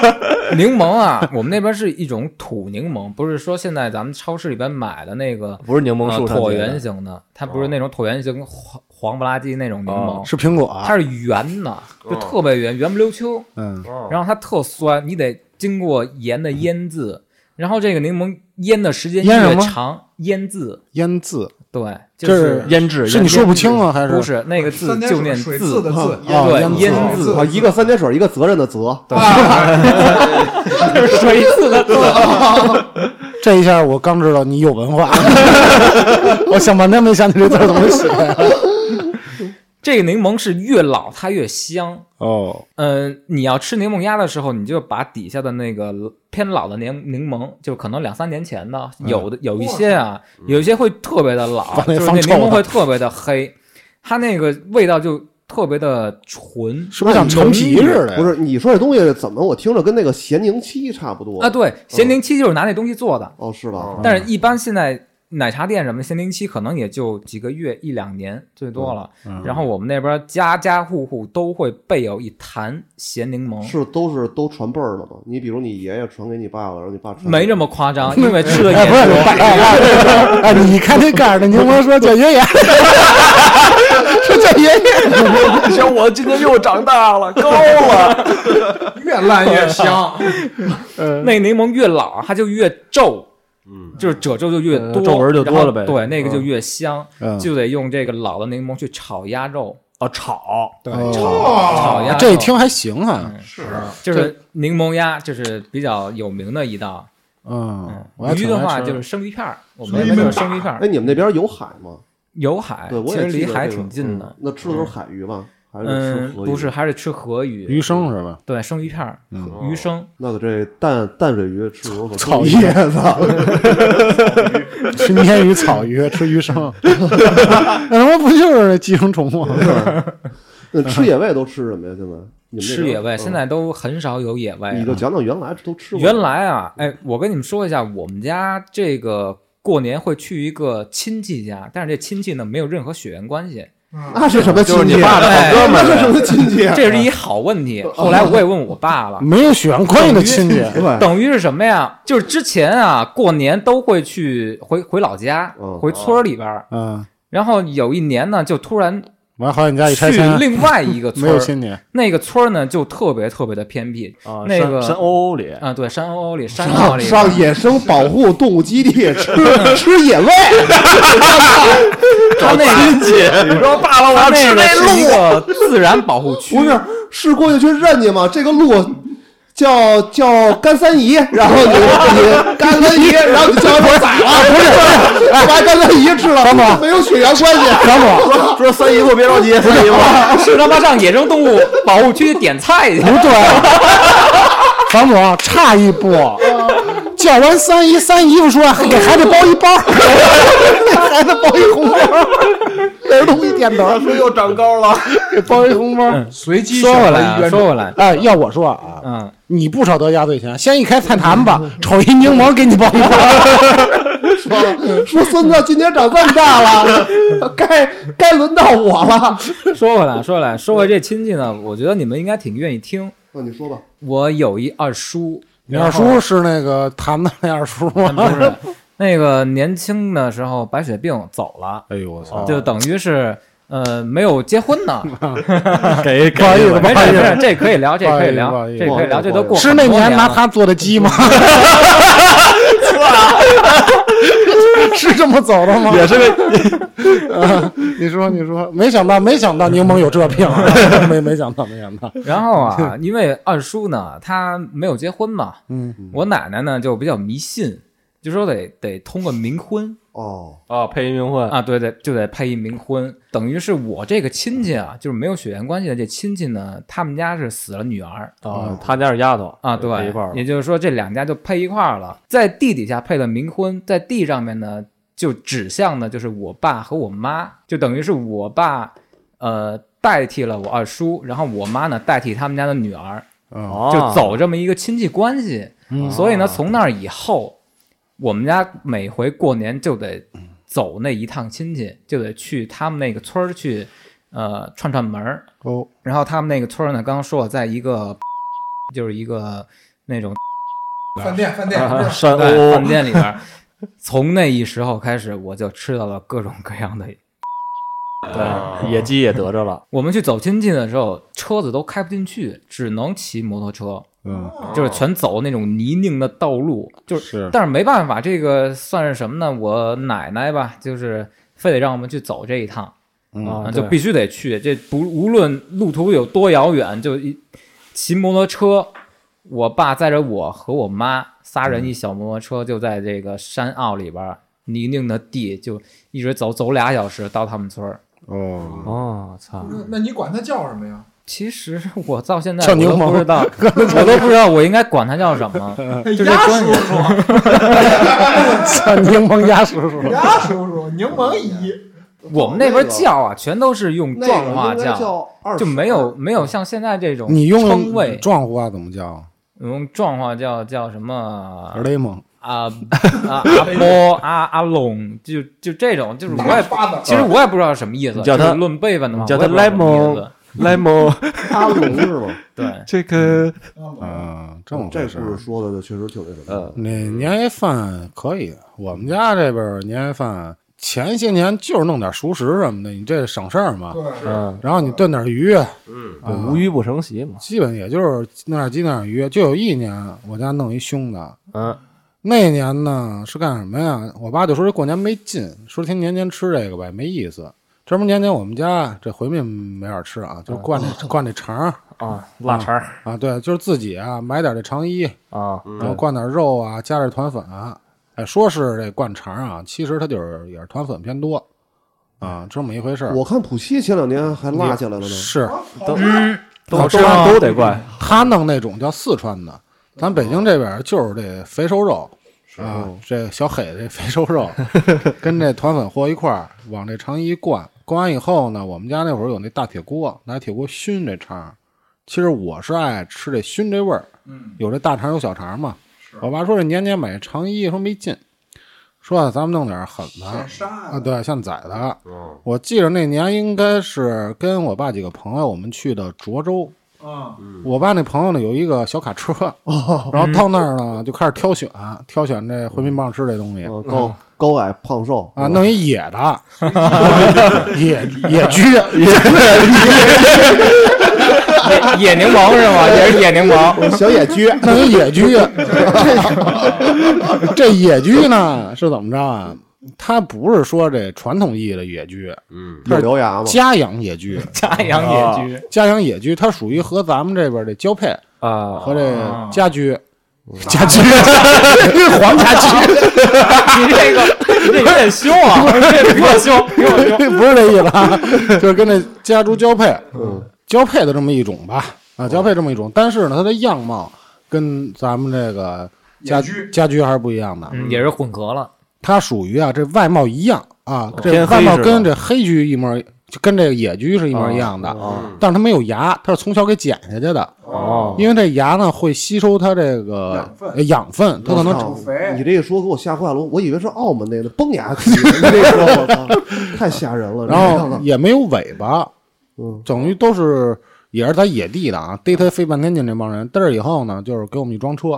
柠檬啊，我们那边是一种土柠檬，不是说现在咱们超市里边买的那个不是柠檬呃树上结的，椭圆形的，它不是那种椭圆形黄黄不拉几那种柠哦檬，是苹果啊。它是圆的，就哦特别圆，圆不溜秋。嗯，哦然后它特酸，你得经过盐的腌制，然后这个柠檬腌的时间腌什越么长，腌制，烟字，对，就这是腌制，是你说不清啊，还不是那个字三点就念水水字的字，啊对腌腌制制啊，一个三点水，一个责任的责。水字 的字，哦这一下我刚知道你有文 化，我想半天没想起这字儿怎么写。这个柠檬是越老它越香。哦，嗯、你要吃柠檬鸭的时候，你就把底下的那个偏老的柠柠檬，就可能两三年前的，嗯有的有一些啊，有一些会特别的老把，那就是那嗯放柠臭檬了会特别的黑，它那个味道就特别的纯是不是像橙皮似的呀？不是，你说这东西怎么我听着跟那个咸宁七差不多啊。？对，嗯咸柠七就是拿那东西做的，哦，是吧？但是一般现在奶茶店什么的限定期可能也就几个月一两年最多了。嗯然后我们那边家家户户都会备有一坛咸柠檬。是都是都传辈儿了吗？你比如你爷爷传给你爸了，然后你爸传给没这么夸 张，因为吃的哎，也不是，哎哎哎，你看这盖儿的柠檬说叫爷爷，嗯 说叫爷爷，小伙子今天又长大了，高了。越烂越香。那柠檬越老，它就越皱，嗯，就是褶皱就越呃多，皱纹就多了呗然后对，那个就越香，嗯就得用这个老的柠檬去炒鸭肉，哦，炒对，哦炒哇，鸭肉。这一听还行啊。是就是柠檬鸭，就是比较有名的一道。嗯嗯，我还，鱼挺的爱话吃就是生鱼片儿，我生们鱼那边就是片儿生鱼片儿哎，。你们那边有海吗？有海对，我哎其也实记离得海这个嗯挺近的。那吃的都是海鱼吗？还是吃嗯，河鱼？不是，，还是吃河鱼。鱼生 是吧？对，生鱼片儿，嗯鱼生。那得这淡淡水鱼吃有所草 注意鱼操吃鲶鱼、草鱼，吃鱼生， 那他妈不就是寄生虫吗？那吃野味都吃什么呀？现在你们那边吃野味，嗯现在都很少有野味你就了。讲讲原来都吃过原来啊，哎，我跟你们说一下，我们家这个过年会去一个亲戚家，但是这亲戚呢没有任何血缘关系， 哎嗯嗯啊那是什么亲啊就是戚？你爸的哎好哥们那 儿是什么啊亲戚？这是一好问题。后来我也问我爸了，没有血缘关系的亲戚，对，等于是什么呀？就是之前啊，过年都会去回回老家嗯，回村儿里边儿。 嗯，然后有一年呢，就突然完好你家一拆去迁，另外一个没村有儿，亲戚，那个村儿呢就特别特别的偏僻啊， 那个山欧里啊，对，山坳里、山坳里上野生保护动物基地吃 吃野味，他那个，你说罢了，我那个是一个自然保护区，不是是过去去认去吗？这个鹿叫叫干三姨，然后你你干三姨，然后你叫我宰了，不是，我把干三姨吃了，没有血缘关系，小伙说说三姨夫别着急，三姨夫 是他妈上野生动物保护区点菜去不。对，房总差一步，叫完三姨，三姨夫说给孩子包一包，给孩子包一红包，那东西点头，说又长高了， 给包一红包。嗯随机说选回择来一啊，元说回来，哎，要我说啊，嗯，你不少得压岁钱，先一开菜坛吧，瞅一柠檬给你包嗯一包，说说孙子今年长这么大了，该该轮到我了。说回来，说回来，说回这亲戚呢，我觉得你们应该挺愿意听。那你说吧，我有一二叔，你二然叔是那个坛子那二叔吗？后不是 那个年轻的时候白血病走了，哎呦我操！就等于是。呃，没有结婚 呢，给不好意思，没不好事意没 思事，，这可以聊，这可以聊不好，意思这可以聊，这都不过是很那多年拿了他做的鸡 吗？是这么走的吗？啊也 是个你说，你说，没想到，没想到柠檬有这病、啊，没没想到，没想到，然后啊， 因为二叔呢，他没有结婚嘛，嗯，我奶奶呢就比较迷信，就说得得通过冥婚哦，啊，配音名混啊，对对，就得配一冥婚，等于是我这个亲戚啊，就是没有血缘关系的这亲戚呢，他们家是死了女儿嗯啊，他家是丫头啊，配对一块儿，了也就是说这两家就配一块儿了，在地底下配了冥婚，在地上面呢就指向呢就是我爸和我妈，就等于是我爸呃代替了我二叔，然后我妈呢代替他们家的女儿。嗯哦，就走这么一个亲戚关系。所以呢，从那儿以后，我们家每回过年就得走那一趟亲戚，就得去他们那个村儿去，呃，串串门儿。哦，然后他们那个村儿呢，刚刚说了，在一个就是一个那种饭店饭店，啊 山对鸥饭店里边儿。从那一时候开始，我就吃到了各种各样的。对嗯野鸡也得着 了，我们去走亲戚的时候，车子都开不进去，只能骑摩托车，嗯，哦就是全走那种泥泞的道路，就是是但是没办法，这个算是什么呢？我奶奶吧，就是非得让我们去走这一趟，啊啊，就必须得去。这不无论路途有多遥远，就一骑摩托车，我爸载着我和我妈仨人一小摩托车，就在这个山坳里边儿泥泞的地，就一直走走俩小时到他们村儿。哦，哦，操，那那你管它叫什么呀？其实我到现在叫我都柠檬不知 道，我都不知道我应该管它叫什么。就这哎鸭关叔系叔，像柠檬鸭叔叔，鸭叔叔，柠檬姨，我们那边叫啊，全都是用那个壮话应该叫二嗯就没有没有像现在这种你用称谓，啊壮话怎么叫？我们壮话叫叫什么儿雷蒙，啊啊阿波阿阿龙，就就这种，就是嗯我大也巴掌，其实我也不知道什么意思，你叫他就是论辈分的话，你叫他我也不知道什么意思莱蒙他龙是吗？对，这个嗯，这么这回事故儿事。说的就确实挺那什么的。呃那年夜饭可以，我们家这边儿年夜饭前些年就是弄点熟食什么的，你这省事儿嘛。对，嗯，然后你炖点鱼，啊嗯，对无鱼不成席嘛，基本也就是弄点鸡弄点鱼。就有一年我家弄一凶的，嗯，那年呢是干什么呀？我爸就说这过年没劲，说天年年吃这个呗，没意思。这不年年我们家这回民没法吃啊，就是灌这灌这肠儿啊，腊肠儿啊，对，就是自己啊买点这肠衣，啊，然后灌点肉啊，加点团粉、哎，说是这灌肠啊，其实它就是也是团粉偏多啊，这么一回事儿。我看浦西前两年还辣起来了呢，是都好都吃吃吗完都得怪，他弄那种叫四川的，咱北京这边儿就是这肥瘦肉啊，这小黑这肥瘦肉跟这团粉和一块儿往这肠衣灌，灌完以后呢，我们家那会儿有那大铁锅，拿铁锅熏这肠。其实我是爱吃这熏这味儿，嗯，有这大肠有小肠嘛。我爸说这年年买肠衣说没劲，说、啊、咱们弄点儿狠的显沙啊，对，像宰的。嗯我记着那年应该是跟我爸几个朋友我们去的涿州，啊，我爸那朋友呢有一个小卡车，哦然后到那儿呢就开始挑选，挑选这回民棒吃这东西嗯高高矮胖瘦啊，弄一野 的，野野居，野野柠檬是 吗？也是野柠檬，哦小野居，弄一野居。这野居呢是怎么着啊？它不是说这传统意义的野居，嗯，有獠牙吗？家养野 居，家养野居，家养野居它属于和咱们这边的交配啊， 和这啊哦家居。家 居，黄家驹。你这个你这有点凶啊， 这比我凶，比我凶。不是这意思啊，就是跟这家猪交配，嗯，交配的这么一种吧，啊，交配这么一种，但是呢，它的样貌跟咱们这个家野居家居还是不一样的，嗯，也是混合了，它属于啊这外貌一样啊，这偏黑外貌是吧跟这黑居一模，就跟这个野居是一模一样的，啊，但是它没有牙，它是从小给剪下去的，哦，因为这牙呢会吸收它这个养分呃养分，它可能我长肥操你这一说给我吓坏了，我以为是澳门那个崩牙期，你这说我操，太吓人了。然你看后看也没有尾巴，嗯，等于都是也是在野地的啊，逮他费半天劲这帮人，逮着以后呢，就是给我们一装车，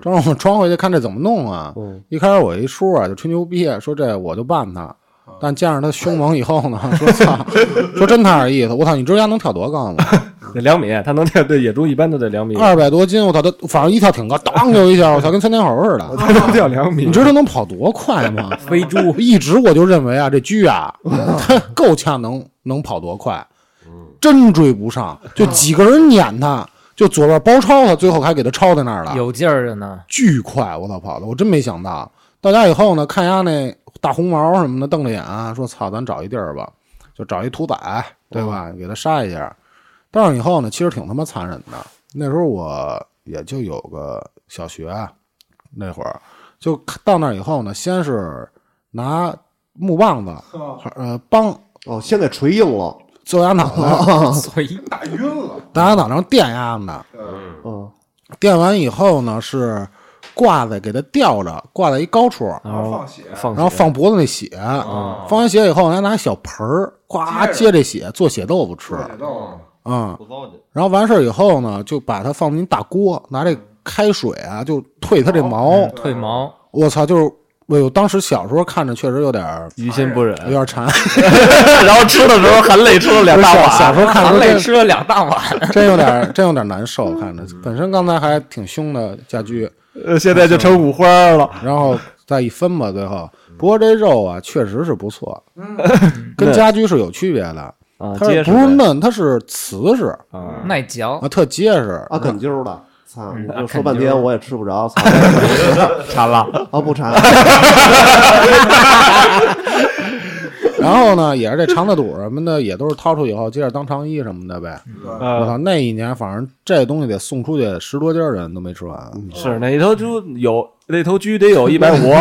装上我们装回去看这怎么弄啊。嗯一开始我一叔啊就吹牛逼，说这我就办他，但见着他凶猛以后呢， 说操，说真他点意思，我操，你知道他能跳多高吗？得两米，他能跳，对野猪一般都得两米，二百多斤，我操，他反正一跳挺高，当就一下，我操，跟窜天猴似的。 他能跳两米你知道他能跑多快吗？飞猪嗯一直我就认为啊，这车啊，他 够呛能能跑多快，真追不上，就几个人撵他，就左边包抄他，最后还给他抄在那儿了，有劲儿的呢。巨快，我操跑的，我真没想到。到家以后呢，看人家那大红毛什么的，瞪着眼、啊说：“操，咱找一地儿吧，就找一屠宰，对吧？给他杀一下。”到上以后呢，其实挺他妈残忍的。那时候我也就有个小学啊那会儿，就到那儿以后呢，先是拿木棒子啊呃帮哦，现在锤硬了，揍丫脑袋，嗯所以打晕了，打丫脑袋上电丫呢，嗯，嗯，电完以后呢是挂在给它吊着，挂在一高处，然然后后放血，放然后放脖子那血，啊放完血以后，还拿小盆儿咵接接这血做血豆腐吃，血豆嗯，不糟践，然后完事儿以后呢，就把它放进大锅，拿这开水啊就退它这毛，退嗯毛，我操，就是我有当时小时候看着确实有点儿于心不忍，有点儿馋， 然后吃的时候含泪吃了两大小小碗，时候看含嗯着泪真吃了两大碗，真有点儿真有点儿难受，看着本身刚才还挺凶的家居，呃 现在就成五花了。然后再一分吧，最后不过这肉啊确实是不错，嗯，跟家居是有区别的，啊，它是结实不是嫩，它是瓷实啊，耐嗯嚼啊，。特结实阿肯啾的，操！你阿肯就说半天啾我也吃不着，操！馋了，啊，不馋，然后呢，也是这肠子肚什么的也都是掏出以后接着当肠衣什么的呗。对我呃，操，那一年反正这东西得送出去十多家人都没吃完，是那头猪有那头猪得有一百五，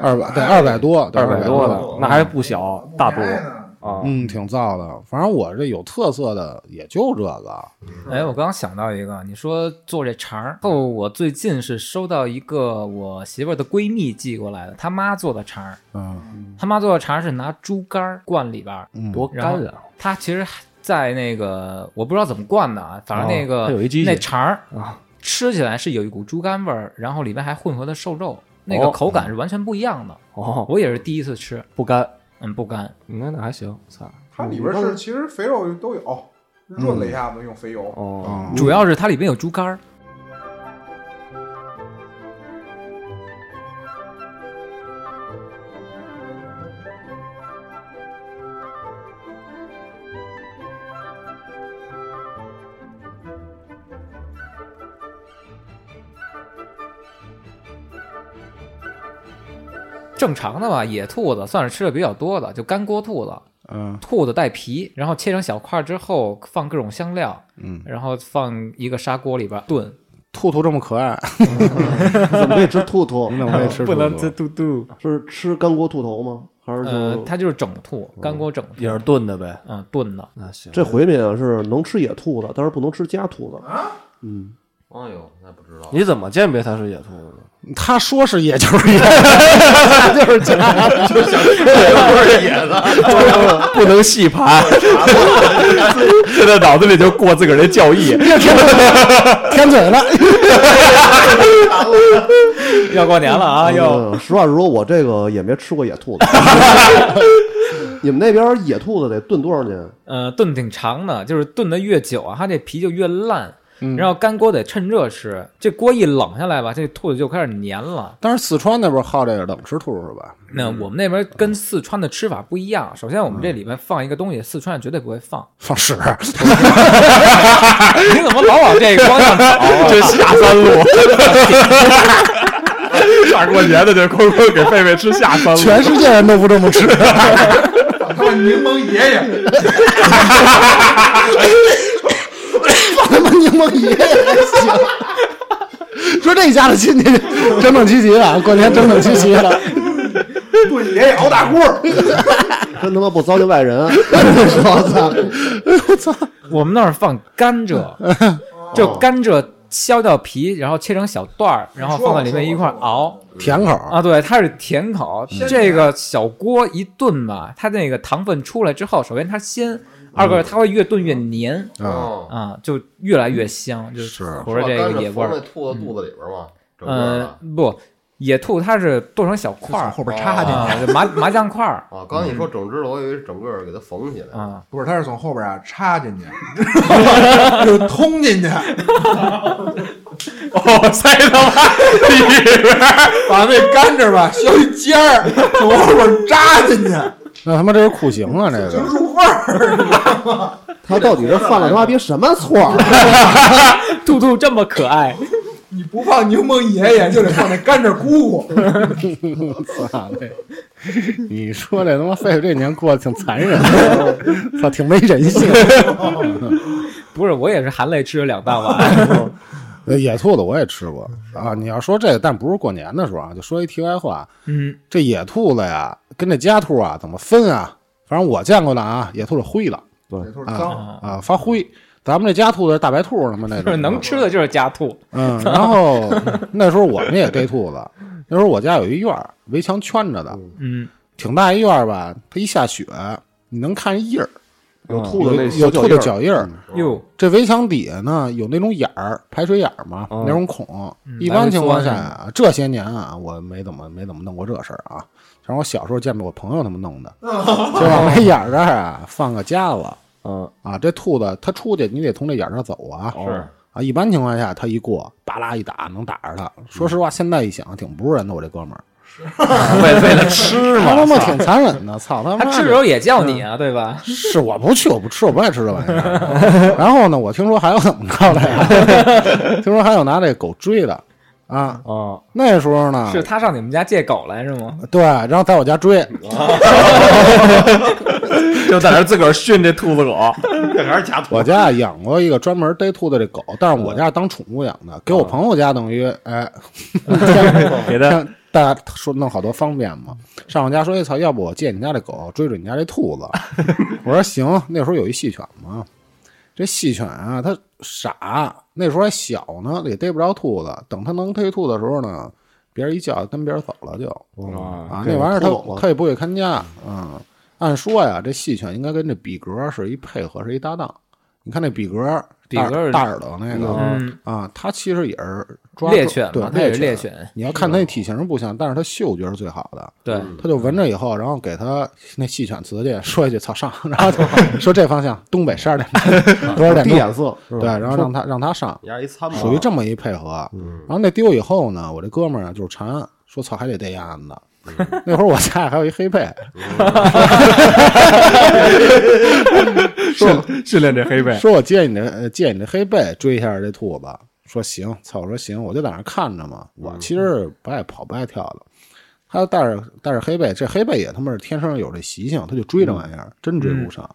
二百得二百多，得二百多嗯了。呢，那还不小，大猪不便宜呢啊，嗯，挺燥的。反正我这有特色的也就这个，嗯哎，我刚想到一个，你说做这肠儿后，我最近是收到一个我媳妇儿的闺蜜寄过来的，她妈做的肠儿，嗯她妈做的肠儿是拿猪肝儿灌里边儿，嗯，多干啊！她其实，在那个我不知道怎么灌的啊，反正那哦个、它有一机器那肠儿啊 吃起来是有一股猪肝味儿，然后里面还混合的瘦肉，那哦个口感是完全不一样的。哦，我也是第一次吃，不干，嗯，不干，那那还行，操，它里边是其实肥肉都有，润了一下子用肥油，哦，嗯主要是它里面有猪肝儿。正常的吧，野兔子算是吃的比较多的，就干锅兔子。嗯兔子带皮，然后切成小块之后放各种香料，嗯，然后放一个砂锅里边炖。兔兔这么可爱，怎么可以吃兔兔？那我也吃兔兔。嘟嘟，是吃干锅兔头吗？还是嗯呃就，它就是整兔，干锅整兔，也是炖的呗，嗯，炖的。那行，这回民啊是能吃野兔子，但是不能吃家兔子。嗯，哎呦，那不知道，你怎么鉴别它是野兔子？他说是野就是野，就是家，不能细盘，现在脑子里就过自个儿这 教义，舔嘴了。要过年了哎啊，哦要嗯实话实说，我这个也没吃过野兔子。 你们那边野兔子得炖多少年？呃炖挺长的，就是炖的越久啊，它这皮就越烂。嗯然后干锅得趁热吃，这锅一冷下来吧，这兔子就开始粘了。但是四川那边好这个冷吃兔是吧？那嗯我们那边跟四川的吃法不一样，首先我们这里面放一个东西，四川绝对不会放。放屎，你怎么老往这个方向走啊？ 这下三路。 大过年的就空空给狒狒吃下三路，全世界人都不这么 吃。反倒柠檬爷爷，他妈柠檬爷还行。说这家的亲戚整整齐齐啊，过年整整齐齐的。炖爷爷熬大锅儿，真他妈不糟践外人！啊我操！我们那儿放甘 蔗，就甘蔗削掉皮，然后切成小段儿，然后放在里面一块儿熬甜口儿，啊。对，它是甜口。这个小锅一炖吧，它那个糖分出来之后，首先它鲜，二个是它会越炖越黏啊，哦，啊，就越来越香，就是合着这个野味放儿。在兔子肚子里边嘛，整个啊嗯的，不，野兔它是剁成小块儿，边插进去啊，就 麻麻酱块儿。啊，刚才你说整只的，我以为是整个儿给它缝起嗯来。啊，不是，它是从后边啊插进去， 就通进去，哦我塞到里边把那甘蔗吧削一尖儿，从后边扎进去，那他妈这是酷刑啊！这就个入味儿。他到底是犯了他妈逼什么错儿？ 兔兔这么可爱，你不放柠檬爷爷，就得放那甘蔗姑姑。操这！你说这他妈狒狒这年过得挺残忍的，操，挺没人性。不是我也是含泪吃了两大 碗。呃野兔子我也吃过啊，你要说这个，但不是过年的时候啊，就说一题外话，嗯，这野兔子呀，跟这家兔啊怎么分啊？反正我见过的啊，野兔子灰了，对这都是脏，啊，发灰。咱们这家兔子是大白兔什么那就种是， 能吃的就是家兔， 嗯，然后那时候我们也逮兔子，那时候我家有一院儿，围墙圈着的，嗯，挺大一院儿吧。它一下雪，你能看见印儿，有兔子那有有兔子子脚印儿。哟，这围墙底下呢有那种眼儿，排水眼儿嘛，哦那种孔。嗯一般情况下啊，这些年啊，我没怎么没怎么弄过这事儿啊。然后我小时候见着我朋友他们 弄的，就往那眼儿这儿啊放个夹子嗯，啊，这兔子它出去你得从这眼儿这儿走啊。是啊，一般情况下他一过，巴拉一打能打着他。说实话，现在一想挺不是人的，我这哥们儿，为为了吃他嘛他，妈挺残忍的，操他妈它的！吃的时候也叫你啊，对吧？嗯是我不去，我不吃，我不爱吃这玩意儿。然后呢，我听说还有怎么着的呀？ 听说还有拿这狗追的啊。啊，那时候呢，是它上你们家借狗来是吗？对，然后在我家追，就在那自个儿训这兔 子狗，这还是假兔我家养过一个专门逮兔子这狗，但是我家当宠物养的，给我朋友家等于哎，给它 大家说弄好多方便嘛，上我家说，哎操，要不我借你家这狗追追你家这兔子？ 我说行，那时候有一细犬嘛，这细犬啊，它傻，那时候还小呢，也逮不着兔子。等它能逮兔子的时候呢，别人一叫跟别人走了就哦啊，那玩意儿它偷走了它也不会看家，嗯，按说呀，这细犬应该跟这比格是一配合，是一搭档。你看那比格，比格大是大耳朵那个，嗯，啊，它其实也是抓猎犬对嘛，它也是猎猎。犬，你要看它那体型不像，但是它嗅觉是最好的。对，它就闻着以后，然后给它那细犬词去说一句“操上”， 然后就说这方向东北十二点 钟多少点递钟？眼色，是对，吧？然后让它让它上，你家一参谋，属于这么一配嗯合。嗯然后那丢以后呢，我这哥们儿啊就是馋，说操还得逮鸭子。 那会儿我家还有一黑背，训训练这黑背，说我借你的呃借你的黑背追一下这兔子，说行，操，我说行，我就在那儿看着嘛。我其实不爱跑，不爱跳的。他就带着带着黑背，这黑背也他妈是天生有这习性，他就追这玩意儿，真追不上，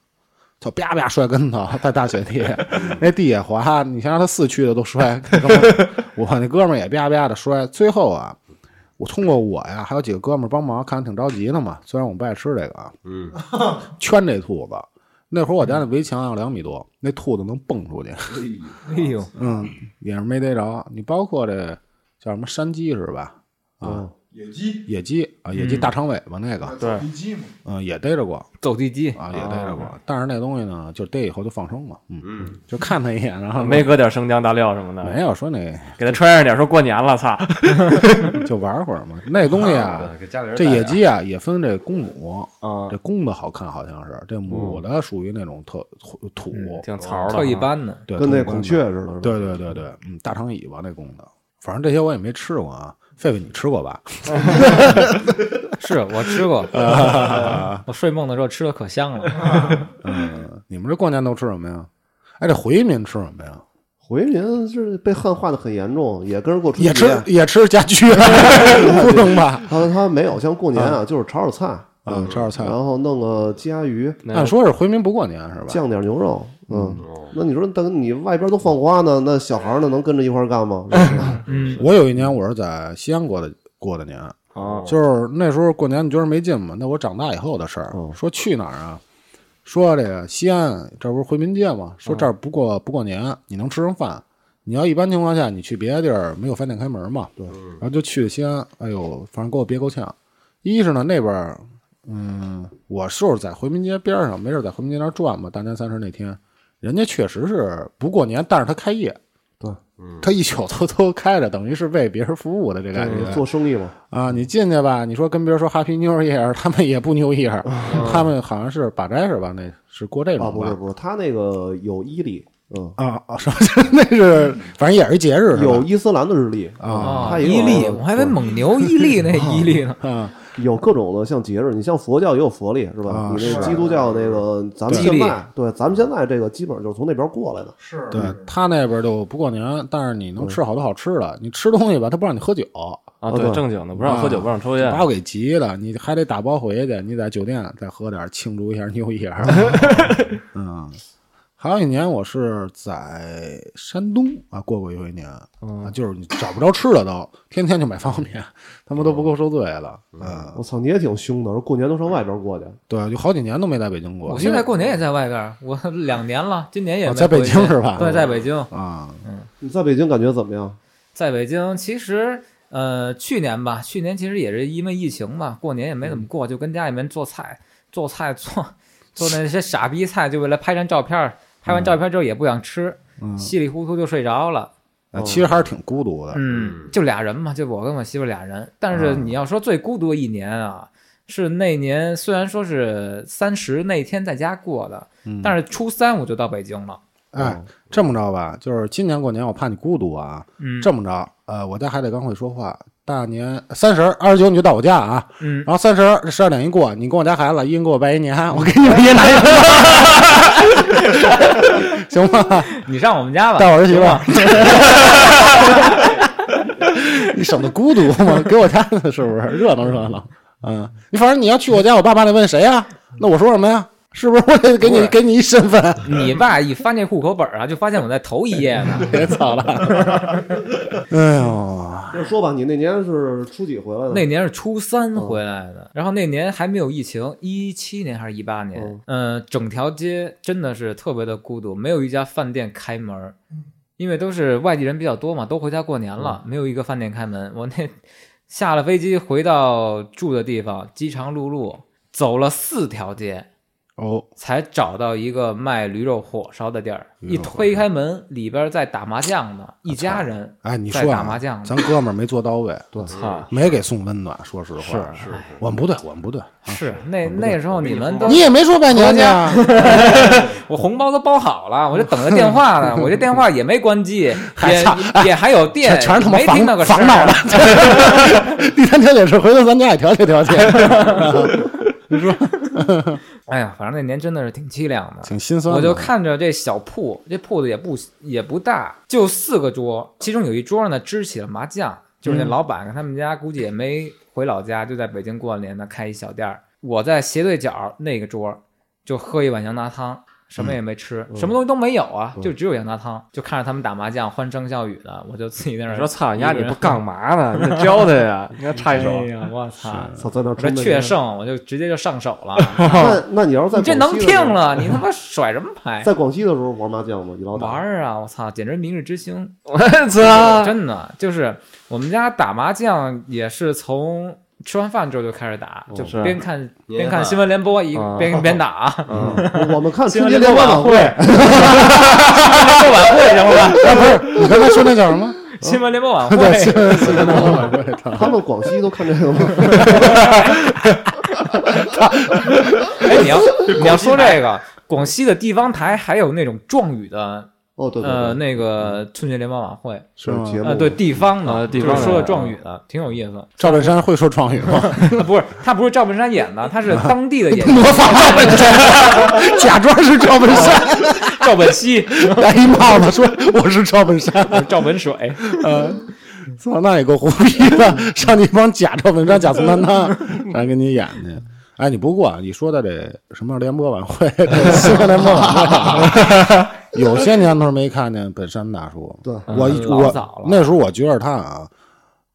操，啪啪摔跟头，在大雪地，那地也滑，你想让他四驱的都摔，那哥们儿我那哥们儿也啪啪的摔，最后啊。我通过我呀，还有几个哥们儿帮忙，看着挺着急的嘛。虽然我不爱吃这个啊，嗯， 圈这兔子。那会儿我家那围墙要两米多，那兔子能蹦出去，哎呦，嗯，也是没逮着。你包括这叫什么山鸡是吧？啊，野鸡，野鸡啊，野鸡嗯大长尾巴那个，对野鸡嘛，嗯，也逮着过走地鸡，啊，也逮着过。但是那东西呢，就逮以后就放生嘛，嗯，嗯，就看它一眼，然后没搁点生姜大料什么的，没有说那给它穿上点，说过年了，操，就玩会儿嘛。那东西啊啊，给家里人 这带野点儿鸡啊也分这公母，嗯，这公的好看好像是，这母的属于那种特土，挺槽的，嗯特一般的，对，跟那土公孔的雀似的，是吧对对对对，嗯，大长尾巴那公的，反正这些我也没吃过啊。狒狒，你吃过吧？是我吃 过，我睡梦的时候吃的可香了，嗯，你们这过年都吃什么呀？哎，这回民吃什么呀？回民是被汉化的很严重，也跟着过春节。也吃也吃家居，不能吧？他他没有像过年啊，就是炒炒菜，嗯，吃点菜然。后弄个鸡鸭鱼，按说是回民不过年是吧？酱点牛肉。嗯，哦那你说等你外边都放花呢，那小孩儿呢能跟着一块儿干吗？嗯，我有一年我是在西安过的过的年，啊，就是那时候过年你觉得没劲嘛？那我长大以后的事儿，说去哪儿啊？说这个西安，这不是回民街吗？说这儿不过不过年，你能吃上饭。你要一般情况下，你去别的地儿没有饭店开门嘛，对，然后就去西安，哎呦，反正给我憋够呛。一是呢那边儿，嗯，我就是在回民街边儿上，没事儿在回民街那儿转嘛。大年三十那天，人家确实是不过年，但是他开业，对，他一宿都都开着，等于是为别人服务的这感觉。做生意嘛，啊，你进去吧，你说跟别人说 Happy New Year，他 们也不 New Year，、他们好像是把斋是吧？那是过这啊种不吧？是不是，他那个有伊犁，嗯，啊啊，什么？ 那是反正也是节日是吧有伊斯兰的日历啊他也有伊利，我还以为蒙牛伊利那伊利呢，啊有各种的像节日，你像佛教也有佛历是吧啊？你那是基督教那个，咱们对现在对，咱们现在这个基本上就是从那边过来的，是，对嗯他那边就不过年，但是你能吃好多好吃的。你吃东西吧，他不让你喝酒，啊，哦啊对对，正经的不让喝酒，啊不让抽烟，把我给急的，你还 得打包回去，你在酒店再喝点，庆祝一下 New Year。嗯，还有一年我是在山东啊过过有一年嗯啊，就是你找不着吃的都，天天就买方便面，他们都不够受罪了。嗯，我操，你也挺凶的，说过年都上外边过去，对，就好几年都没在北京过。我现在过年也在外边儿，我两年了，今年也哦没在北回去京是吧对，在北京，啊，你在北京感觉怎么样？在北京其实呃去年吧，去年其实也是因为疫情嘛，过年也没怎嗯么过，就跟家里面做菜，做菜做做那些傻逼菜，就为了拍张照片儿。拍完照片之后也不想吃，嗯，稀里糊涂就睡着了。啊其实还是挺孤独的。哦嗯，就俩人嘛，就我跟我媳妇俩人。但是嗯你要说最孤独的一年啊，是那年虽然说是三十那天在家过的，嗯但是初三我就到北京了。哎，这么着吧，就是今年过年我怕你孤独啊，嗯，这么着，呃，我家还得刚会说话。大年三十二十九你就到我家啊，嗯，然后三十十二点一过，你跟我家孩子一人给我拜一年，我给你们一人拿一个， 行吗？你上我们家吧。带我儿媳妇儿， 你省得孤独嘛，给我家是不是热闹热闹？嗯，你反正你要去我家，我爸妈得问谁呀、啊那我说什么呀？是不是我得给你给你一身份？你爸一翻这户口本啊，就发现我在头一页呢。别操了！ 哎呦，就说吧，你那年是初几回来嗯的？那年是初三回来的，然后那年还没有疫情，一七年还是一八年嗯，嗯，整条街真的是特别的孤独，没有一家饭店开门儿，嗯因为都是外地人比较多嘛，都回家过年了，没有一个饭店开门。我那下了飞机回到住的地方，饥肠辘辘，走了四条街，哦，才找到一个卖驴肉火烧的地儿，驴一肉火烧推开门，里边在打麻将呢，一家人。哎，你在说打啊，麻将呢咱哥们儿没做到位，我操！没给送温暖。说实话，是我们不对，我们不啊对，是那那时候你们都你也没说拜年去啊。我红包都包好 了，我就等着电话呢，我这电话也没关机，也也还有电，全全是他妈没防听到个防声盗儿啊的。 第三条也是，回头咱家也调解调解。 哎呀，反正那年真的是挺凄凉的。挺心酸的。我就看着这小铺，这铺子也不也不大，就四个桌，其中有一桌呢支起了麻将，就是嗯那老板他们家估计也没回老家，就在北京过年呢，开一小店儿。我在斜对角那个桌就喝一碗羊杂汤，什嗯么也没吃，什么东西都没有啊，就只有羊杂汤，就看着他们打麻将欢声笑语的，我就自己在那你儿说操，丫你不杠嘛呢？你得教他呀，你看差一手。哎 呀，我操！操，在那儿我这真的确胜，我就直接就上手了。那那你要是在你这广能西的听时候，了？你他妈甩什么牌？在广西的时候玩麻将吗？你老打玩儿啊！我操，简直明日之星！我操！真的就是我们家打麻将也是从吃完饭之后就开始打，就是边看年夜边看饭新闻联播，一啊边边哦打。啊我我 们看新春闻节联联播晚欢晚会， 哎，不是，你刚才说那叫什么？新闻联播晚会，对，新闻新闻联播晚会。操他们广西都看这 个吗？哎，你要你要说这个，广西的地方台还有那种壮语的，哦，对对呃，对，那个春节联欢晚会，是有吗节目呃，对，地方啊的，地就是方的说的壮语的，挺有意思。 赵本山会说壮语吗？ 不是，他不是赵本山演的，他是当地的演员 模仿赵本山， 假装是赵本山，赵本熙、 戴一帽子说我是赵本山。赵本水。嗯， 操，那也够胡逼的， 上你帮假赵本山、假宋丹 丹，来给你演去。哎，你不过啊，你说的这什么联播晚 会、新闻联播晚会 啊，有些年头没看见本山大叔。对我嗯老早我了那时候我觉着他啊，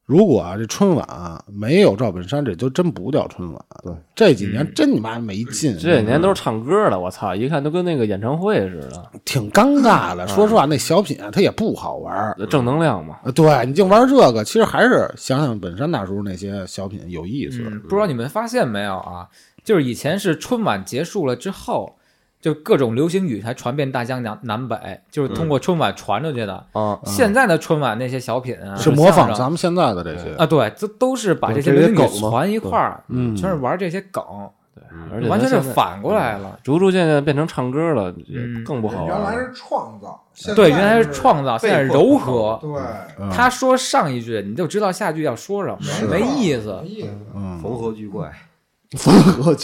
如果啊这春晚啊没有赵本山，这就真不叫春晚。对，这几嗯年真你妈没劲，这几年都是唱歌的，我操，一看都跟那个演唱会似的，嗯挺尴尬的。说实话，那小品啊它也不好玩儿。正能量嘛。嗯呃对，你就玩这个，其实还是想想本山大叔那些小品有意思。嗯，不知道你们发现没有啊？就是以前是春晚结束了之后，就各种流行语才传遍大江南南北，就是通过春晚传出去的。啊，现在的春晚那些小品啊，是模相仿声咱们现在的这些，啊，对，这都是把对这些这些流行语梗嘛传一块儿，嗯全是玩这些梗，而且完全是咱现在反过来了。逐逐渐渐变成唱歌了，也嗯更不好原来玩了。是创造，现对，在原来是是创造，现在是柔和。对，嗯他说上一句，你就知道下句要说什么，啊没意思没。意思。嗯，缝合巨怪，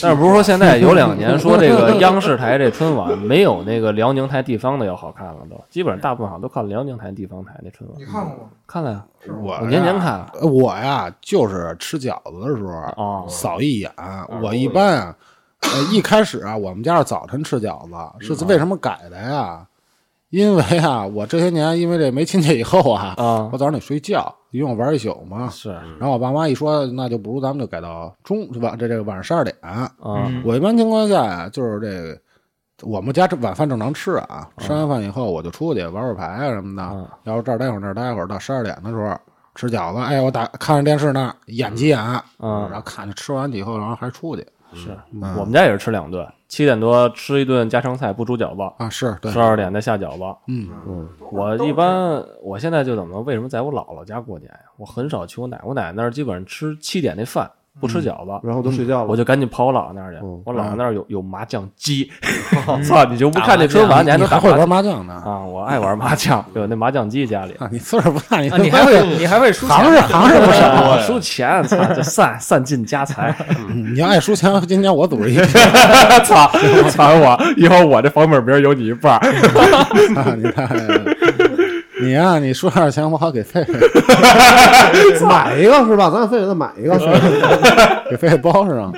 但是不是说现在有两年说这个央视台这春晚没有那个辽宁台地方的要好看了都，基本上大部分好像都看辽宁台地方台那春晚你。看过吗？看了呀，我我年年呀，看。呃我呀就是吃饺子的时候哦扫一眼，嗯我一般啊呃，一开始啊，我们家是早晨吃饺子，是为什么改的呀？因为啊，我这些年因为这没亲戚以后啊，啊我早上得睡觉，因为我玩一宿嘛。是，然后我爸妈一说，那就不如咱们就改到中晚这这个晚上十二点。啊我一般情况下呀，就是这个我们家这晚饭正常吃啊，吃完饭以后我就出去玩会儿牌啊什么的，嗯要是这儿待会儿那儿待会儿，到十二点的时候吃饺子，哎，我打看着电视呢，眼急眼，啊嗯然后看吃完以后，然后还出去是嗯我们家也是吃两顿，七点多吃一顿家常菜，不煮饺子，啊，是对十，二点再下饺子。嗯我一般我现在就怎么了为什么在我姥姥家过年呀？我很少去我奶，我奶那儿基本上吃七点那饭，不吃饺子。然后都睡觉我了。就赶紧跑我姥姥那儿去，嗯我姥姥那儿有有麻将机，操、你就不看那春晚，啊你还你能还打会麻玩麻将呢？啊？我爱玩麻将，有那麻将机家里，啊，你岁数不大，你啊，你还 会你还会输行是钱？行是不是？啊 输钱，操，就散散尽家财，你要爱输钱，今年我组织一操操我，以后我这房本名有你一半儿，啊，你看，你呀、你输点钱，我好给费费，哎买一个是吧？咱俩非得再买 一个是吧？给费费包上。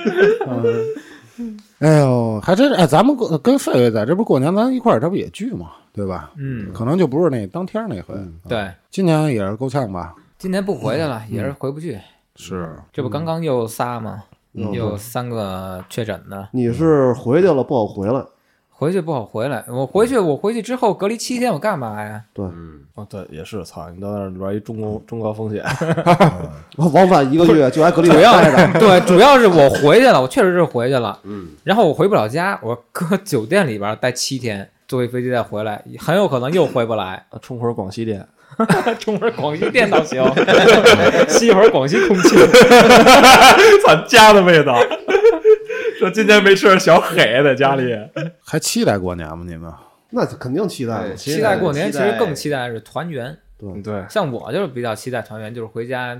嗯，哎呦，还真是哎，咱们过跟费费在这不过年，咱一块儿这不也聚嘛，对吧？嗯，可能就不是那当天那回，对，今年也是够呛吧？今年不回去了，也是回不去。是，这不刚刚又仨吗？嗯有三个确诊的，你是回去了不好回来，回去不好回来。我回去，我回去之后隔离七天，我干嘛呀？ 嗯，啊，对，也是，操，你到那里边一中高中高风险，我哦往返一个月就挨隔离主待要着。对，主要是我回去了，我确实是回去了，嗯，然后我回不了家，我搁酒店里边待七天，坐一飞机再回来，很有可能又回不来。 啊冲会儿广西 店，冲着广西电脑行， 吸一会儿广西空气。操家的味道。 说今天没吃点小黑在家里，还期待过年吗？你们？那肯定期待对了。期待过年，其期实待更期待是团圆。嗯对，像我就是比较期待团圆，就是回家，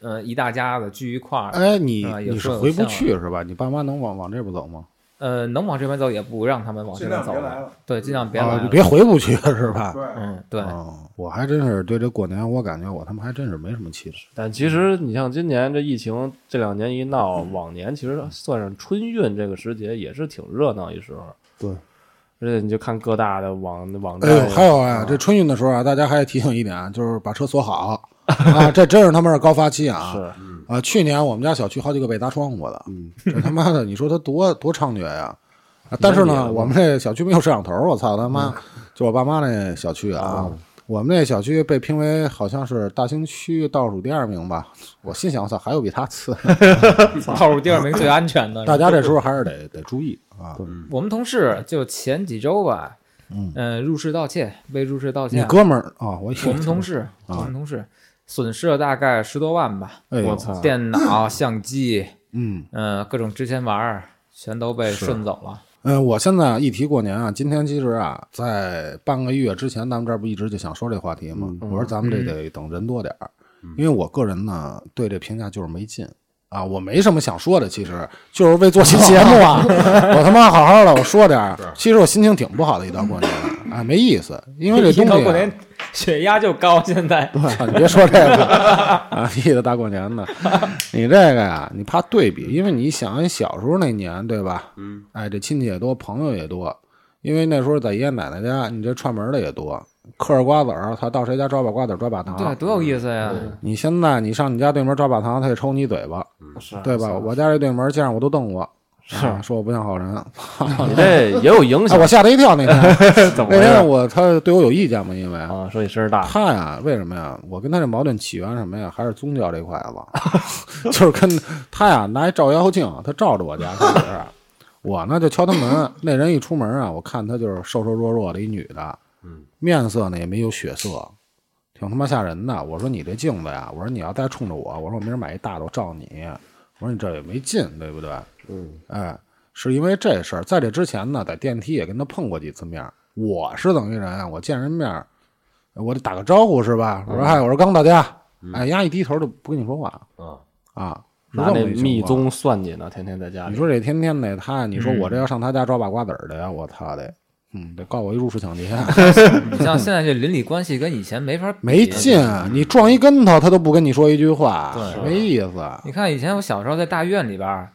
呃，一大家子聚一块儿，哎，你啊也你是说有回不像去是吧？你爸妈能往往这边走吗？呃，能往这边走也不让他们往这尽边量走别来了，了。对，尽量别来啊，了。别回不去是吧？对，嗯， 对，哦，我还真是对这过年，我感觉我他妈还真是没什么期待。但其实你像今年这疫情这两年一闹，往年其实算上春运这个时节也是挺热闹一时候。对，而且你就看各大的网网哎呦，站，还有啊，这春运的时候啊，大家还提醒一点，就是把车锁好啊，这真是他妈是高发期啊！是啊，去年我们家小区好几个被砸窗户的，嗯这他妈的，你说他多多猖獗呀！啊但是嗯呢，我们这小区没有摄像头，我操他妈！就我爸妈那小区啊，我们那小区被评为好像是大兴区倒数第二名吧。我心想，我操，还有比他次，倒数第二名最安全的。大家这时候还是得得注意啊！我们同事就前几周吧，嗯呃，入室盗窃，被入室盗你窃。哥啊们儿啊， 我以为我们同事，我们同事损失了大概十多万吧，哎我呦，操，电脑、相机，嗯。嗯，各种值钱玩意儿全都被顺走了。嗯，我现在一提过年啊，今天其实啊，在半个月之前，咱们这儿不一直就想说这话题吗？我说咱们这得等人多点儿，因为我个人呢对这评价就是没劲啊，我没什么想说的，其实就是为做期节目 啊，我他妈好好的我说点儿，其实我心情挺不好的一到过年，啊，没意思，因为这一东西、到啊、过年血压就高，现在 操，你别说这个啊，意思大过年的，你这个呀，你怕对比，因为你想你小时候那年，对吧？嗯，哎，这亲戚也多，朋友也多，因为那时候在爷爷奶奶家，你这串门的也多，嗑着瓜子儿，他到谁家抓把瓜子儿抓把对，糖。多有意思呀！你现在你上你家对门抓把糖，他也抽你一嘴巴，啊是对吧？我家这对门见着我都瞪我，是啊说我不像好人。 你这也有影哎，响啊我，吓他一跳 那天，怎那么回天事我他对我有意见嘛，因为啊？说你声儿大，他呀，为什么呀？我跟他这矛盾起源是什么呀？还是宗教这块子， 就是跟他呀拿一照妖镜，他照着我家开始，我呢就敲他门，那人一出门啊，我看他就是瘦瘦弱弱的一女的，嗯，面色呢也没有血色，挺他妈吓人的。我说你这镜子呀，我说你要再冲着我，我说我明儿买一大的我照你，我说你这也没劲，对不对？嗯，哎，是因为这事儿，在这之前呢，在电梯也跟他碰过几次面儿。我是等于人啊，我见人面儿，我得打个招呼是吧？嗯我说嗨，我说刚到家，哎，丫一低头就不跟你说话啊啊，是嗯拿这那么一情密况。宗嗯算计呢，天天在家你里。说这天天的他，你说我这要上他家抓把瓜子儿的呀，我操得，嗯，得告我一入室抢劫，啊 你像现在这邻里关系跟以前没法比没劲。你撞一跟头，他都不跟你说一句话，没意思。你看以前我小时候在大院里边儿，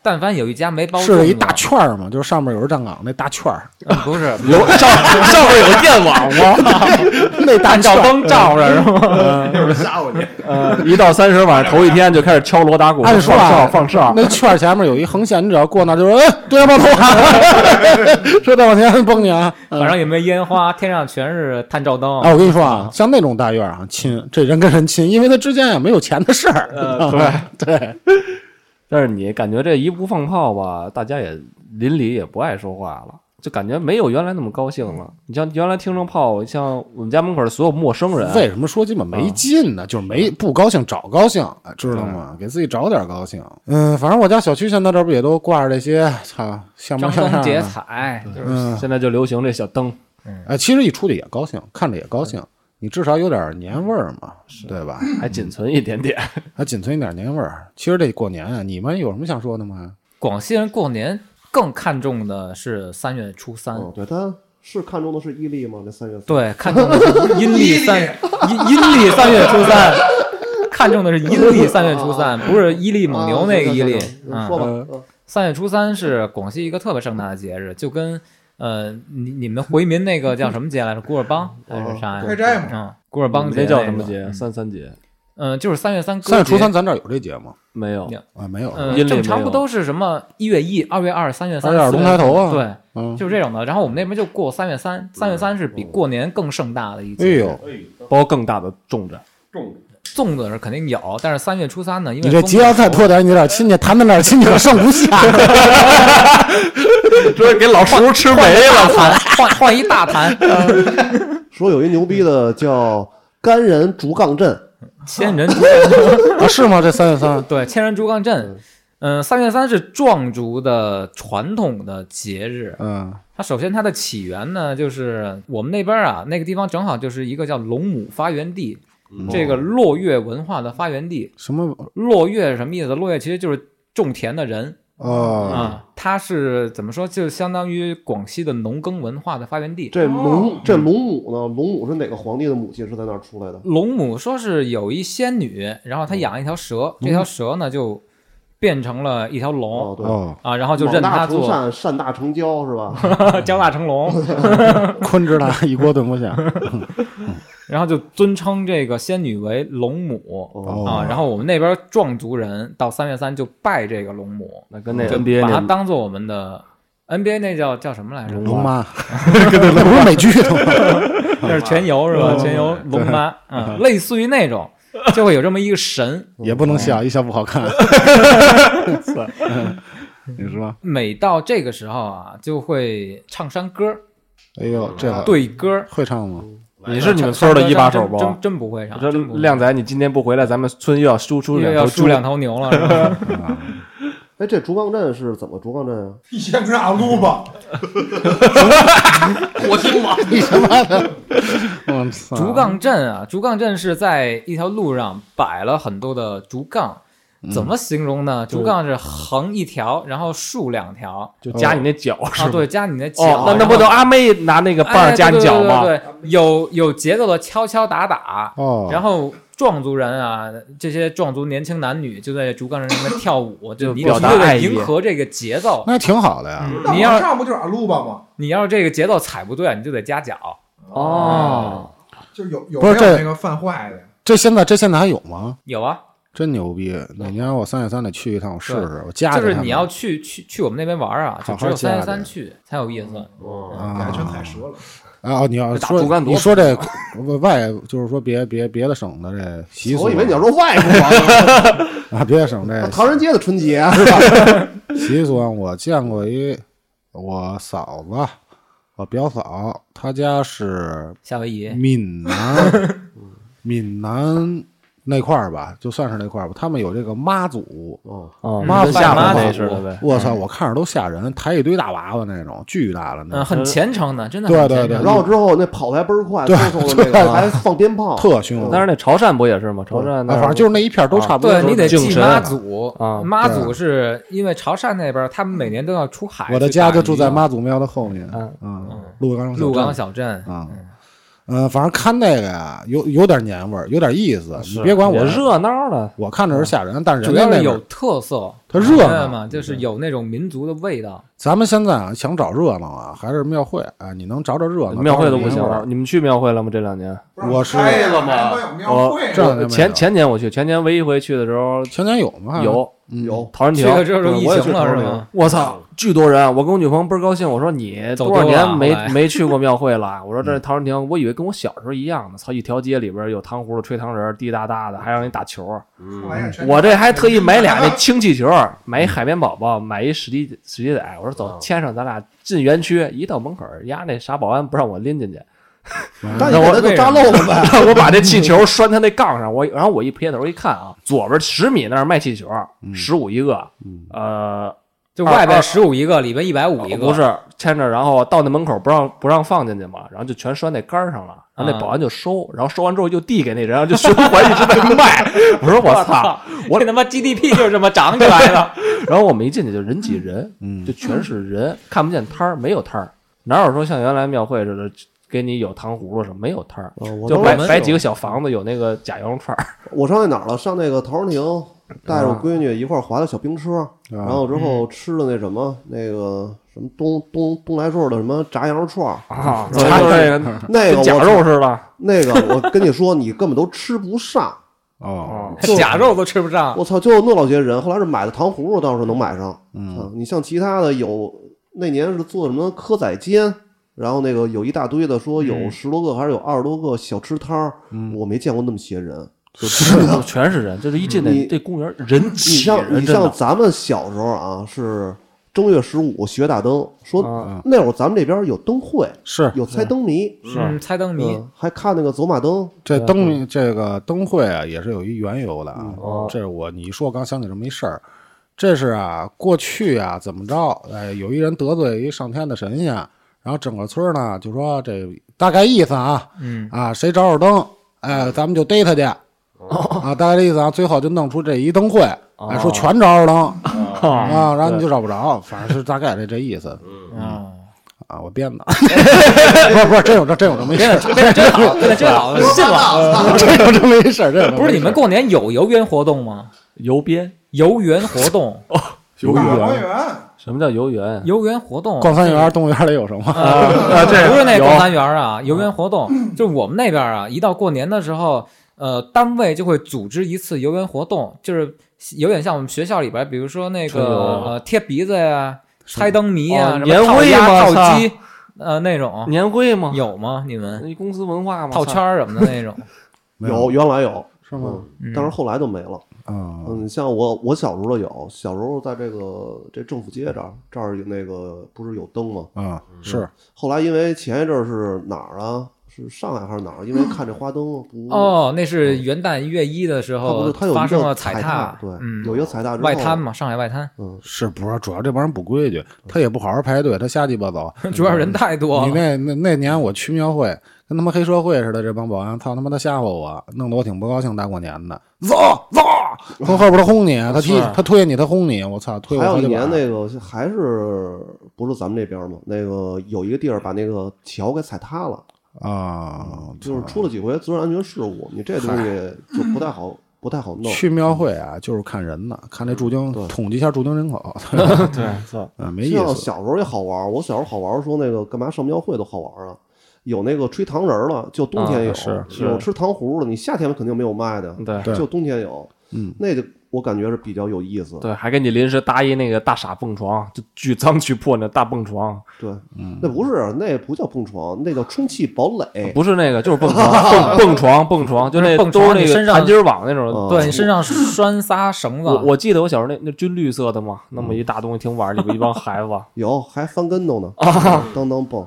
但凡有一家没包粽是子，一大圈儿嘛，就是上面有人站岗那大圈儿，嗯不是有上上面有电网吗？ 那大嗯按圈照儿灯照着是吗？一会儿吓唬你。呃，一到三十晚上头一天就开始敲锣打鼓，按说放啊哨放哨。那圈儿前面有一横线，你只要过那儿就说，哎，对方投啊， 说再往前蹦你啊。嗯晚上也没烟花，天上全是探照灯。哎，我跟你说啊，像那种大院儿啊，亲，这人跟人亲，因为他之间也没有钱的事儿。啊呃对对，但是你感觉这一不放炮吧，大家也邻里也不爱说话了，就感觉没有原来那么高兴了。你像原来听着炮，像我们家门口的所有陌生人，为什么说鸡巴没劲呢？就是没不高兴找高兴，哎知道吗？给自己找点高兴。嗯，反正我家小区现在这不也都挂着这些，操，像模张像灯样结的。彩，就是啊嗯，现在就流行这小灯，哎，其实一出去也高兴，看着也高兴，你至少有点年味儿嘛，对吧？还仅存一点点。还仅存一点年味儿。其实这过年啊，你们有什么想说的吗？广西人过年更看重的是三月初三，哦嗯，对，他是看中的是伊利吗？那三月份，对，看重的是阴历三阴阴历三月初三， 看重的是阴历三月初三，不是伊利蒙牛那个伊利啊嗯行行行。说吧，嗯三月初三是广西一个特别盛大的节日，就跟呃你你们回民那个叫什么节来着？古尔邦还是啥呀？开斋嘛嗯，古尔邦你节那叫什个么节？？三三节嗯，就是三月三。三月初三，咱这儿有这节吗？没有有。啊，没有。嗯阴，历正没常不有都是什么一月一、二月二、三月三、二月二四龙抬头啊对，嗯，就是这种的。然后我们那边就过三月三，三月三是比过年更盛大的一哎节。呦，包更大的重着，重粽子是肯定有，但是三月初三呢，因为你这风节要再口拖点，你这亲戚谈的点亲戚可剩不下。这给老叔吃没大坛，换换一大坛，说有一牛逼的叫甘仁竹杠镇，千人竹 啊，是吗？这三月三，对千人竹杠阵。嗯，三月三是壮族的传统的节日。嗯，它首先它的起源呢，就是我们那边啊，那个地方正好就是一个叫龙母发源地，这个落岳文化的发源地。什么？落岳是什么意思？落岳其实就是种田的人。嗯哦，啊，它是怎么说？就相当于广西的农耕文化的发源地。这龙这龙母呢？龙母是哪个皇帝的母亲？是在那儿出来的？龙母说是有一仙女，然后嗯她养了一条蛇，这条蛇呢就变成了一条龙哦，对，哦，啊，然后就莽认大她成做善，善大成娇，是吧？ 交大成龙，昆之大一锅炖不下。然后就尊称这个仙女为龙母哦，啊。然后我们那边壮族人到三月三就拜这个龙母，那跟那就 NBA 把它那当做我们的 NBA 那叫叫什么来着？ 龙 妈，那不是美剧的吗？ 那是全游是吧？全游龙妈，嗯，类似于那种，就会有这么一个神。 也不能 笑，一笑不好看。嗯你说，每到这个时候啊，就会唱山歌，哎呦，这个对歌。会唱吗？你是你们村儿的一把手真真不？真不会唱，这真不会亮仔，你今天不回来，咱们村又要输出又两要头输猪。两头牛了，是吧？哎，这竹杠镇是怎么竹杠镇啊？一千个阿撸吧，嗯你他妈的，我操！竹杠镇啊，竹杠镇是在一条路上摆了很多的竹杠，嗯怎么形容呢？竹杠是横一条，然后竖两条就夹你那脚是啊，吧？对，加你的哦脚，，那那不都阿妹拿那个棒哎儿夹你对对脚对吗？对对，有有节奏的敲敲打打，哦，然后壮族人啊，这些壮族年轻男女就在竹杠上面跳 舞，就你表达为了爱意迎合这个节奏。那挺好的呀。那你要往上不就是阿撸吧吗？你要是这个节奏踩不对，啊你就得夹脚。哦，就是有有不没是有这那个犯坏的？这现在这现在还有吗？有啊，真牛逼！哪年我三月三得去一趟，我试试。我家就是你要去去去我们那边玩啊，就好好只有三夹着嗯十三去才有意思。哦改全踩折了。啊，你要打说竹竿多你说这外，就是说别别别的省的这习俗，我以为你要说外 国啊，别的省这啊，唐人街的春节是吧？习俗啊，我见过一我嫂子，我表嫂，她家是夏威夷，闽南，闽南那块儿吧，就算是那块儿吧，他们有这个妈祖。哦，哦，妈跟下妈巴那祖似的呗。我操！我看着都吓人，抬一堆大娃娃那种，巨大的嗯，那种，很虔诚的，真的很对虔诚。对对，然后之后那跑得还倍儿快，嗖嗖的那对个还放鞭炮，特凶。但是那潮汕不也是吗？潮汕啊那反正就是嗯那一片儿都差不多。对你得敬祭神妈啊祖啊妈对祖是因为潮汕那边他们每年都要出海。我的家就住在。妈祖庙的后面，啊嗯嗯，鹿港鹿港小小镇，镇啊，嗯，反正看那个呀，有有点年味儿，有点意思。你啊是别管我也热闹了，嗯我看着是吓人，但是主人家要那是边有特色，它热对闹嗯嘛，就是有那种民族的味道。咱们现在啊，想找热闹啊，还是庙会啊，你能找找热闹。庙会都不行找找了。人你们去庙会了吗？这两年？啊我是开了吗？有庙我会这两啊年没有前前年我去，前年唯一回去的时候前年有吗？有嗯有陶然去亭，了之后就嗯疫我也情去了陶然是亭吗？我操，巨多人！啊我跟我女朋友倍儿高兴，我说你走多少丢了年没后来没去过庙会了？我说嗯这陶然亭，我以为跟我小时候一样呢。操，一条街里边有糖葫芦、吹糖人、滴答答的，还让你打球。嗯哎我这还特意买俩那氢气球，买一海绵宝宝，买一史迪史迪仔。我说啊走，牵上咱俩进园区。一到门口，丫那啥保安不让我拎进去，那你给他就扎漏了 呗。我把这气球拴他那杠上，我然后我一撇头一看啊，左边十米那儿卖气球，嗯十五一个，呃，就啊二外边二十五一个，里边一百五一个，不是牵着，然后到那门口不让不让放进去嘛，然后就全拴那杆儿上了，然后那啊保安就收，然后收完之后就递给那人，然后就循环一直在卖。 我说我操，我这他妈 GDP 就是这么涨起来 的。然后我们一进去就人挤人，嗯就全是人，看不见摊儿，没有摊儿，哪有说像原来庙会似的给你有糖葫芦什么，哦没有摊儿，嗯我就都摆我们摆有几个小房子，有那个假羊肉串儿。我上那哪儿了？上那个陶然亭，啊带着我闺女一块儿划的小冰车，然后之后嗯吃的那什么那个什么东东东来顺的什么炸羊肉串儿，啊， 就是那个那个跟假我肉似的。那个我跟你说，你根本都吃不上。啊哦，假肉都吃不上，我操，就有那老些人。后来是买的糖葫芦，倒是能买上。嗯啊，你像其他的有那年是做什么蚵仔煎，然后那个有一大堆的，说嗯有十多个还是有二十多个小吃摊儿，我没见过那么些 人。全是人，就是一进那你这公园人你挤像人，你真像的咱们小时候啊，是正月十五学大灯，啊说那会儿咱们这边有灯会，是有猜灯谜，嗯，猜灯谜嗯，还看那个走马灯。啊这灯这个灯会啊，也是有一缘由的嗯啊。哦这是我你一说，我刚想起这么一事儿。这是啊，过去啊，怎么着？哎，有一人得罪一上天的神仙，啊然后整个村儿呢就说这大概意思啊，嗯啊，谁找着灯，哎，咱们就逮他去。啊，大概这意思啊，最后就弄出这一灯会，哦哎，说全找着灯啊，然后你就找不着，反正是大概这这意思嗯嗯啊，啊，我编的，不是不是，真有这真有这么一事儿，真的真啊好，真的真好，信了。真有这么一事儿，真有这么一事儿不是你们过年有游园活动吗？游边。游园活动，游大观园、园，什么叫游园？游园活动，逛三园、动物园里有什么？啊，这不哎是那逛三园啊，游园活动，就是我们那边啊，一到过年的时候，呃，单位就会组织一次游园活动，就是有点像我们学校里边，比如说那春游个呃贴鼻子呀、猜灯谜呀、哦什么年套会鸭、嘛套鸡，呃那种年会吗？有吗？你们那公司文化吗？套圈儿什么的那种？没有有，原来有，是吗？嗯但是后来就没了。啊，嗯，像我我小时候有，小时候在这个这政府街这儿，这儿有那个不是有灯吗？啊，是后来因为前一阵儿是哪儿啊？是上海还是哪儿？因为看这花灯不，哦，那是元旦一月一的时它不候是它有发一生个了踩踏，对，嗯，有一个踩踏之后外滩，嘛，上海外滩，嗯，是，不是主要这帮人不规矩，他也不好好排队，他瞎鸡巴走。主要人太多你了，那那那年我去庙会，跟他妈黑社会似的，这帮保安，操他妈的吓唬我，弄得我挺不高兴。大过年的，走 走，从后边他轰你，他踢他推你，他轰你，我操，推我还有好一几把年那个还是不是咱们这边嘛？那个有一个地儿把那个桥给踩塌了，啊，就是出了几回责任安全事故，你这东西就不太好，不太好弄。去庙会啊，就是看人的，看这驻京，对统计一下驻京 人口， 对，操，啊，没意像思。小时候也好玩儿，我小时候好玩儿，说那个干嘛上庙会都好玩儿啊，有那个吹糖人儿的，就冬天有，啊是是有吃糖葫芦的，你夏天肯定没有卖的，对对就冬天有，嗯，那个我感觉是比较有意思，对，还给你临时搭一那个大傻蹦床，就巨脏巨破那大蹦床，对，嗯那不是那不叫蹦床，那叫充气堡啊垒，不是那个，就是蹦床，蹦蹦床，蹦床，就那蹦都床是你那身个上弹筋网那种。嗯对你身上拴仨绳子，哦我我记得我小时候那那军绿色的嘛，那么一大东西挺玩儿，里边一帮孩子，有还翻跟头呢，啊当当蹦，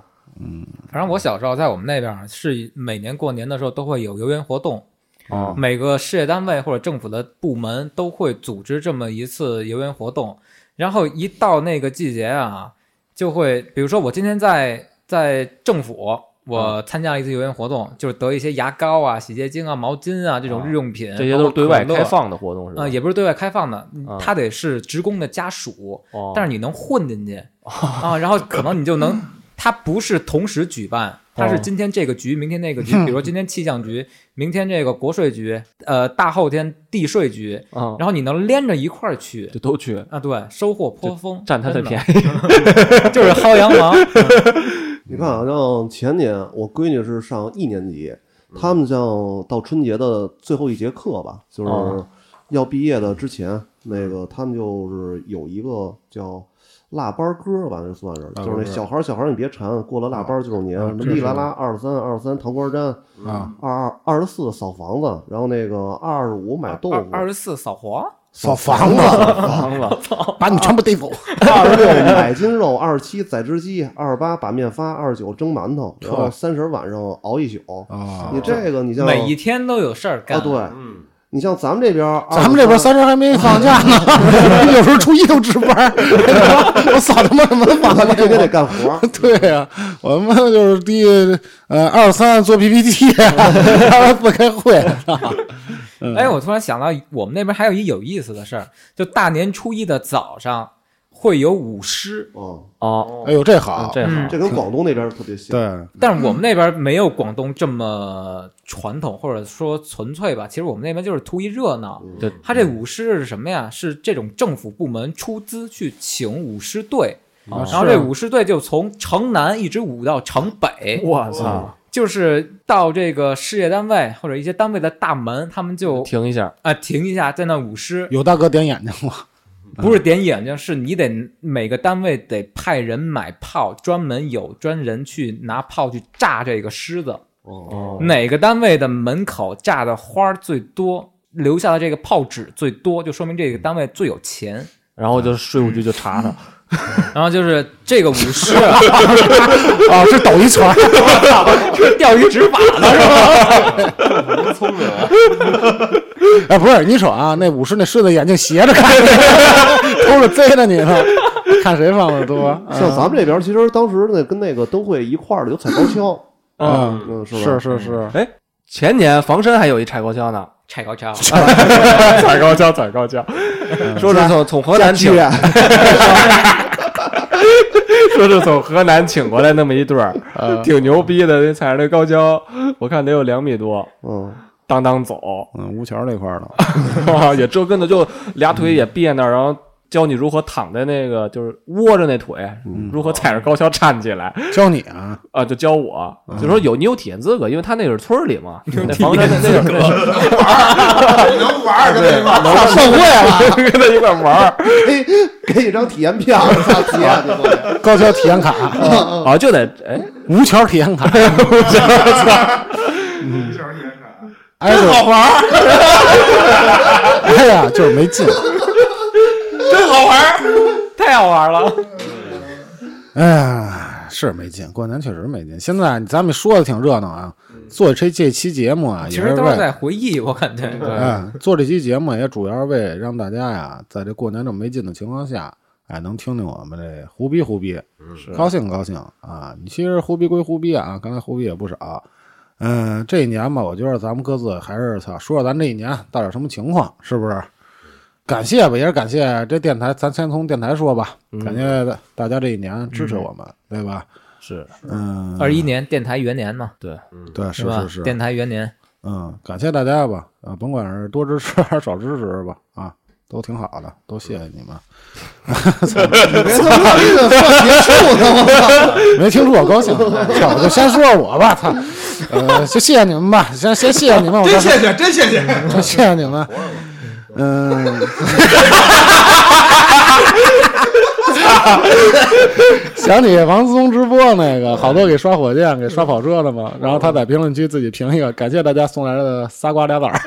反正我小时候在我们那边儿是每年过年的时候都会有游园活动，哦每个事业单位或者政府的部门都会组织这么一次游园活动，然后一到那个季节啊，就会比如说我今天在在政府。我嗯参加了一次游园活动，就是得一些牙膏啊、洗洁精啊、毛巾啊这种日用品，哦这些都是对外包括可开乐放的活动是吧呃，？也不是对外开放的，嗯啊它得是职工的家属，哦但是你能混进去啊，然后可能你就能。它不是同时举办，它哦是今天这个局，明天那个局，比如说今天气象局，明天这个国税局，呃，大后天地税局，啊，然后你能连着一块儿去就都去啊，对，收获颇丰，占他的 真的便宜。就是薅羊毛，你看，好像前年我闺女是上一年级，他们像到春节的最后一节课吧，就是哦要毕业的之前，那个嗯他们就是有一个叫腊八歌吧，就算是，八就是歌那小孩儿小孩儿你别馋，过了腊八就是年，什么这哩是啦啦二十三二十三糖瓜粘，啊，二二二十四扫房子，然后那个二十五买豆二腐，二十四扫黄，扫房子，房子，把你全部逮 走。二十六买斤肉，二十七宰只鸡，二十八把面发，二十九蒸馒头，然后呵三十晚上熬一宿。啊你这个你像每一天都有事儿啊，干，对嗯，你像咱们这边儿，啊咱们这边23三十还没放假呢，有时候初一都值班儿。我操他妈什么房咱子。们？天天得干活儿 对呀、我们就是第呃二三做 PPT，二四开会。哎，我突然想到，我们那边还有一有意思的事儿，就大年初一的早上会有舞狮，哦，哦，哎呦，这好，这哦嗯好，这跟广东那边儿特别像。对，但是我嗯们那边没有广东这么传统，或者说纯粹吧。其实我们那边就是图一热闹。嗯对他这舞狮是什么呀？是这种政府部门出资去请舞狮队，哦然后这舞狮队就从城南一直舞到城北，我操，就是到这个事业单位或者一些单位的大门，他们就停一下，啊、停一下，在那舞狮。有大哥点眼睛了，不是点眼睛，是你得每个单位得派人买炮，专门有专人去拿炮去炸这个狮子。哦，哪个单位的门口炸的花儿最多，留下的这个炮纸最多，就说明这个单位最有钱。然后就税务局就查查，然后就是这个舞狮，啊，是抖一圈儿，这钓鱼执法的是吧？聪明啊，哎，不是，你瞅啊，那武士那狮子眼睛斜着看着， 偷着贼着你呢，看谁放的多。啊像咱们这边儿，其实当时那跟那个灯会一块儿的有踩高跷，哦嗯，嗯，是是吧？是是，哎。前年房山还有一拆高跷呢，拆高跷，啊 踩高跷，踩高跷，说是从从河南请剧，院， 说是从河南请过来那么一对儿，呃，挺牛逼的，那踩着那高跷，我看得有两米多，嗯， 当当走， 嗯，吴桥这块儿的，也折跟头，就俩腿也别那儿，然后教你如何躺在那个，就是窝着那腿，如何踩着高跷站起来教你啊，啊，就教我，就说有你有体验资格，因为他那个是村儿里嘛，那房山那那个能玩儿对吧？上社会了， 跟他一块儿玩儿给给你张体验票，上体验去过去。 高跷体验卡，啊，就得哎，吴桥体验卡，就是一人看哎，真好玩 哎呀，就是没劲。太好玩了。哎呀，是没劲，过年确实没劲。现在咱们说的挺热闹啊，做这这期节目啊，嗯其也实都为是在回忆，我感觉。哎，做这期节目也主要是为让大家呀，在这过年这么没劲的情况下，哎，能听听我们这胡逼胡逼，高兴高兴啊！你其实胡逼归胡逼啊，刚才胡逼也不少。嗯，这一年吧，我觉得咱们各自还是操，说说咱这一年到底什么情况，是不是？感谢吧，也是感谢这电台，咱先从电台说吧，嗯感谢大家这一年支持我们，对吧？是嗯，二一年电台元年嘛，对，是吧？是是，电台元年，嗯，感谢大家吧，啊，甭管是多支持还是少支持吧，啊，都挺好的，都谢谢你们。你别这么好意思算结束呢，我操！没听出我高 兴，操，我就先说说我吧，操，呃，就谢谢你们吧，先先谢谢你们，我再真说谢谢，真谢谢。 谢谢你们，嗯， 想起王思聪直播那个，好多给刷火箭、给刷跑车的嘛，然后他在评论区自己评一个，感谢大家送来的仨瓜俩枣儿，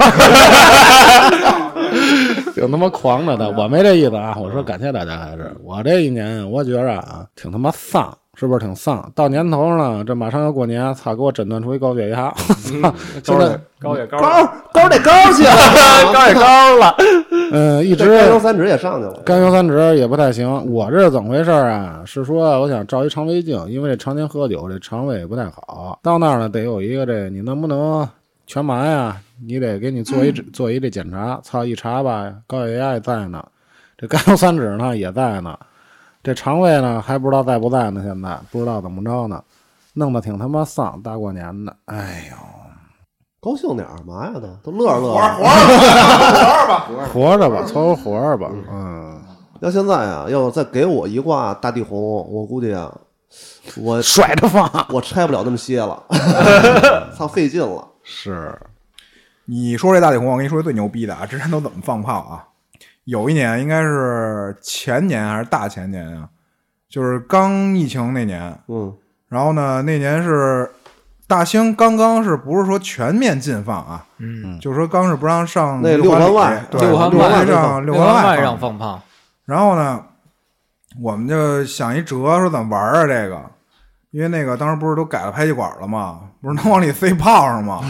挺他妈狂的他，我没这意思啊，我说感谢大家还是我这一年，我觉着啊，挺他妈丧。是不是挺丧？到年头呢，这马上要过年，操，给我诊断出一高血压，嗯操！现在，高也高高儿高儿得高儿去了，高也高了，嗯、一直这甘油三酯也上去了。甘油三酯也不太行。我这是怎么回事儿啊？是说我想照一肠胃镜，因为这常年喝酒，这肠胃不太好。到那儿呢，得有一个这，你能不能全麻呀？你得给你做一、做一这检查。操，一查吧，高血压也在呢，这甘油三酯呢也在呢。这肠胃呢还不知道在不在呢，现在不知道怎么着呢，弄得挺他妈丧，大过年的，哎呦，高兴点儿嘛呀都，都乐乐。活着吧，凑合活着吧，嗯，要现在啊，要再给我一挂大地红，我估计啊，我甩着放，我拆不了那么些 了，操，费劲了。是 你说这大地红，我跟你说最牛逼的啊！之前都怎么放炮啊？有一年应该是前年还是大前年啊，就是刚疫情那年。嗯，然后呢，那年是大兴刚刚是不是说全面禁放啊？嗯，就是说刚是不让上那六六环外外，对六环六外环上六环万万让放。放炮，然后呢，我们就想一辙，说怎么玩啊这个？因为那个当时不是都改了排气管了吗？不是能往里塞炮上吗？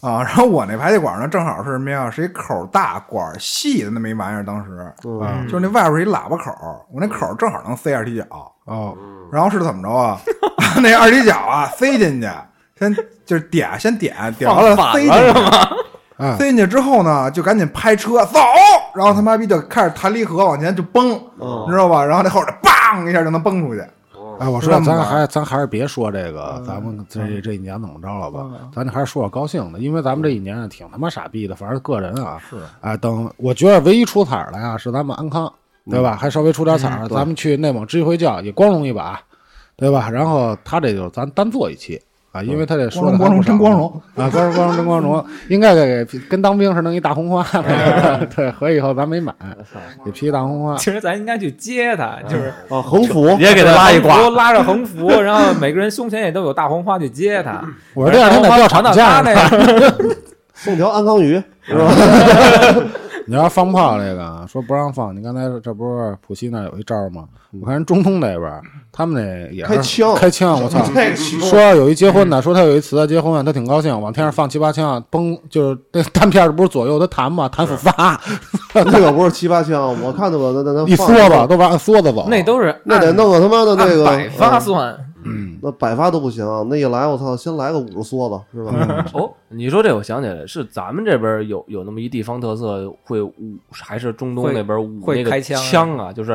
啊，然后我那排气管呢，正好是什么呀？是一口大管儿细的那么一玩意儿，当时嗯就是那外边是一喇叭口儿，我那口儿正好能塞二踢脚。哦，然后是怎么着啊？ 那二踢脚啊，塞进去，先就是点，先点，点完了塞进去，啊塞进去之后呢，就赶紧拍车走，然后他妈逼就开始弹离合往前就崩，哦你知道吧？然后那后边梆一下就能崩出去。哎，我说这么嗯咱玩还咱还是别说这个，咱们这这一年怎么着了嗯吧？咱还是说说高兴的，因为咱们这一年挺他妈傻逼的，反正个人啊，是哎，等我觉得唯一出彩儿的呀是咱们安康，对嗯吧？还稍微出点彩儿，咱们去内蒙支一回教也光荣一把，对吧？然后他这就咱单做一期。啊，因为他这说的嗯光荣还不少呢光荣啊，光荣光荣真光荣，应该给给跟当兵似的弄一大红 花，对，合以后咱没买，给批一大红花，哎其实咱应该去接他，就是啊，横幅也给他拉一挂，横幅 拉着横幅，然后每个人胸前也都有大红花去接他。嗯我说这两天得调厂到价他呢那个，送条安康鱼，你要放炮这个啊，说不让放，你刚才这不是浦西那有一招吗？我看人中东那边儿，他们那也是开枪嗯开枪，我操！这说有一结婚的，说他有一次他结婚，啊他挺高兴，往天上放七八枪，嘣，就是那弹片儿不是左右他弹嘛，弹复发，那可不是七八枪，我看到过那那那一放梭子，都往缩子走，那都是那得按弄个他妈的那按个百发嗯算。那百发都不行，那一来我操，先来个五十梭子是嗯吧？哦，你说这我想起来了，是咱们这边有有那么一地方特色，会舞还是中东会那边舞会那个开枪啊枪啊，就是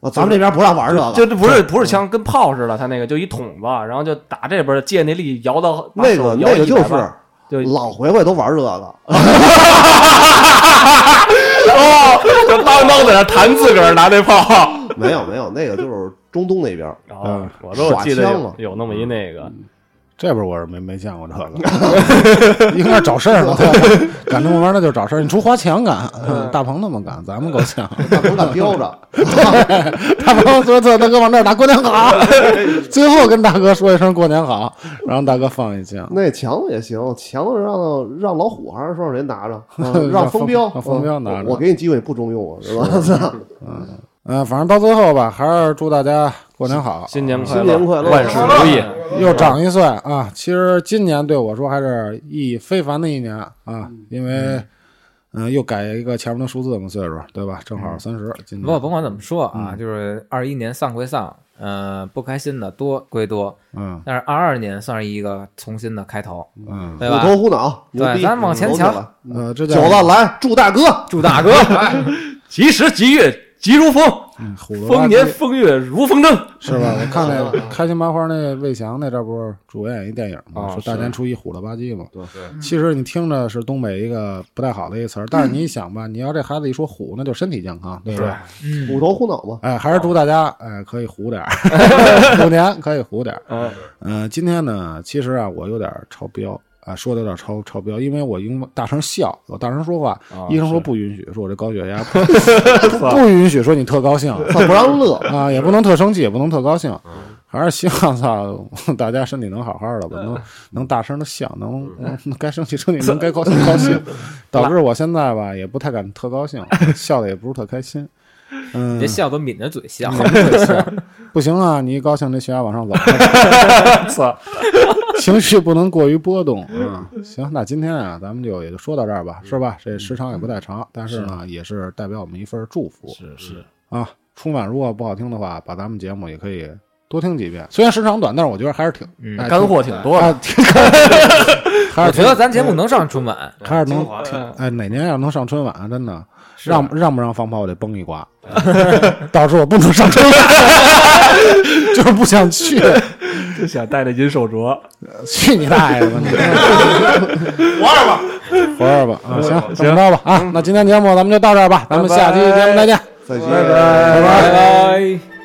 啊，咱们这边不让玩这就个，这不是不是枪，跟炮似的，他那个就一筒子，然后就打这边借那力摇到把那手个啊摇那个就100吧是就老回回都玩这个， 哦，就当当在那弹自个儿拿那炮。没有没有，那个就是中东那边儿，哦，我都记得耍枪嘛啊嗯有有那么一那个，这边我是没没见过这个，应该是找事儿了，对吧敢这么玩儿那就是找事儿，你除花钱敢，嗯大鹏那么敢，咱们够呛。大鹏敢叼着，大鹏说：“走，大哥往这儿打，过年 好。”最后跟大哥说一声“过年好”，然后大哥放一枪，那强子也行，强子让让老虎还是说让谁拿着， 啊让让风彪风让风彪嗯拿着我我给你机会，你不中用我是吧？嗯、反正到最后吧，还是祝大家过年好，新年快新年快乐万事如意。又长一岁啊！其实今年对我说还是意义非凡的一年啊，因为嗯、又改一个前面的数字嘛，岁数对吧？正好三十，今不过年甭管怎么说啊，嗯就是二一年丧归丧，呃，不开心的多归多，嗯但是二二年算是一个重新的开头，嗯对虎吧？头虎脑，牛对逼，嗯咱往前走起来瞧呃，这九叫子来，祝大哥，祝大哥，哎吉时吉月吉如风，嗯虎头丰年风月如风筝。是吧？我看 那个开心麻花那魏翔那这不是主演一电影吗？啊说大年初一虎了吧唧嘛。对对其实你听着是东北一个不太好的一个词儿，但是你一想吧，你要这孩子一说虎，那就身体健康，对不对？虎头虎脑嘛，哎，还是祝大家哎可以虎点儿，虎年可以虎点儿。嗯，呃，今天呢，其实啊，我有点儿超标啊，说的有点儿超超标，因为我因为大声笑，我大声说话，啊医生说不允许，说我这高血压不不允许，说你特高兴，他不让乐， 啊，也不能特生气，也不能特高兴，还是希望操大家身体能好好的吧，能能大声的笑，能能该生气生气，能该高兴高兴，导致我现在吧也不太敢特高兴，笑的也不是特开心。嗯别，笑都抿着嘴笑。嗯不行啊，你一高兴这血压往上走， 情绪不能过于波动啊。行，那今天啊，咱们就也就说到这儿吧，是吧？这时长也不太长，但是呢，也是代表我们一份祝福。是是，啊，春晚如果不好听的话，把咱们节目也可以多听几遍。虽然时长短，但是我觉得还是挺嗯哎干货挺多啊的。挺我还觉是挺得咱节目能上春晚，还是能 精华的挺哎，哪年要能上春晚，啊真的让让不让放炮我得崩一瓜，导致我不能上春晚， 就是不想去，就想带着银手镯，去你大爷的吧你！活着吧，活着吧啊！行，这么着吧啊，那今天节目咱们就到这儿吧，咱们下期节目再见，再见。拜拜。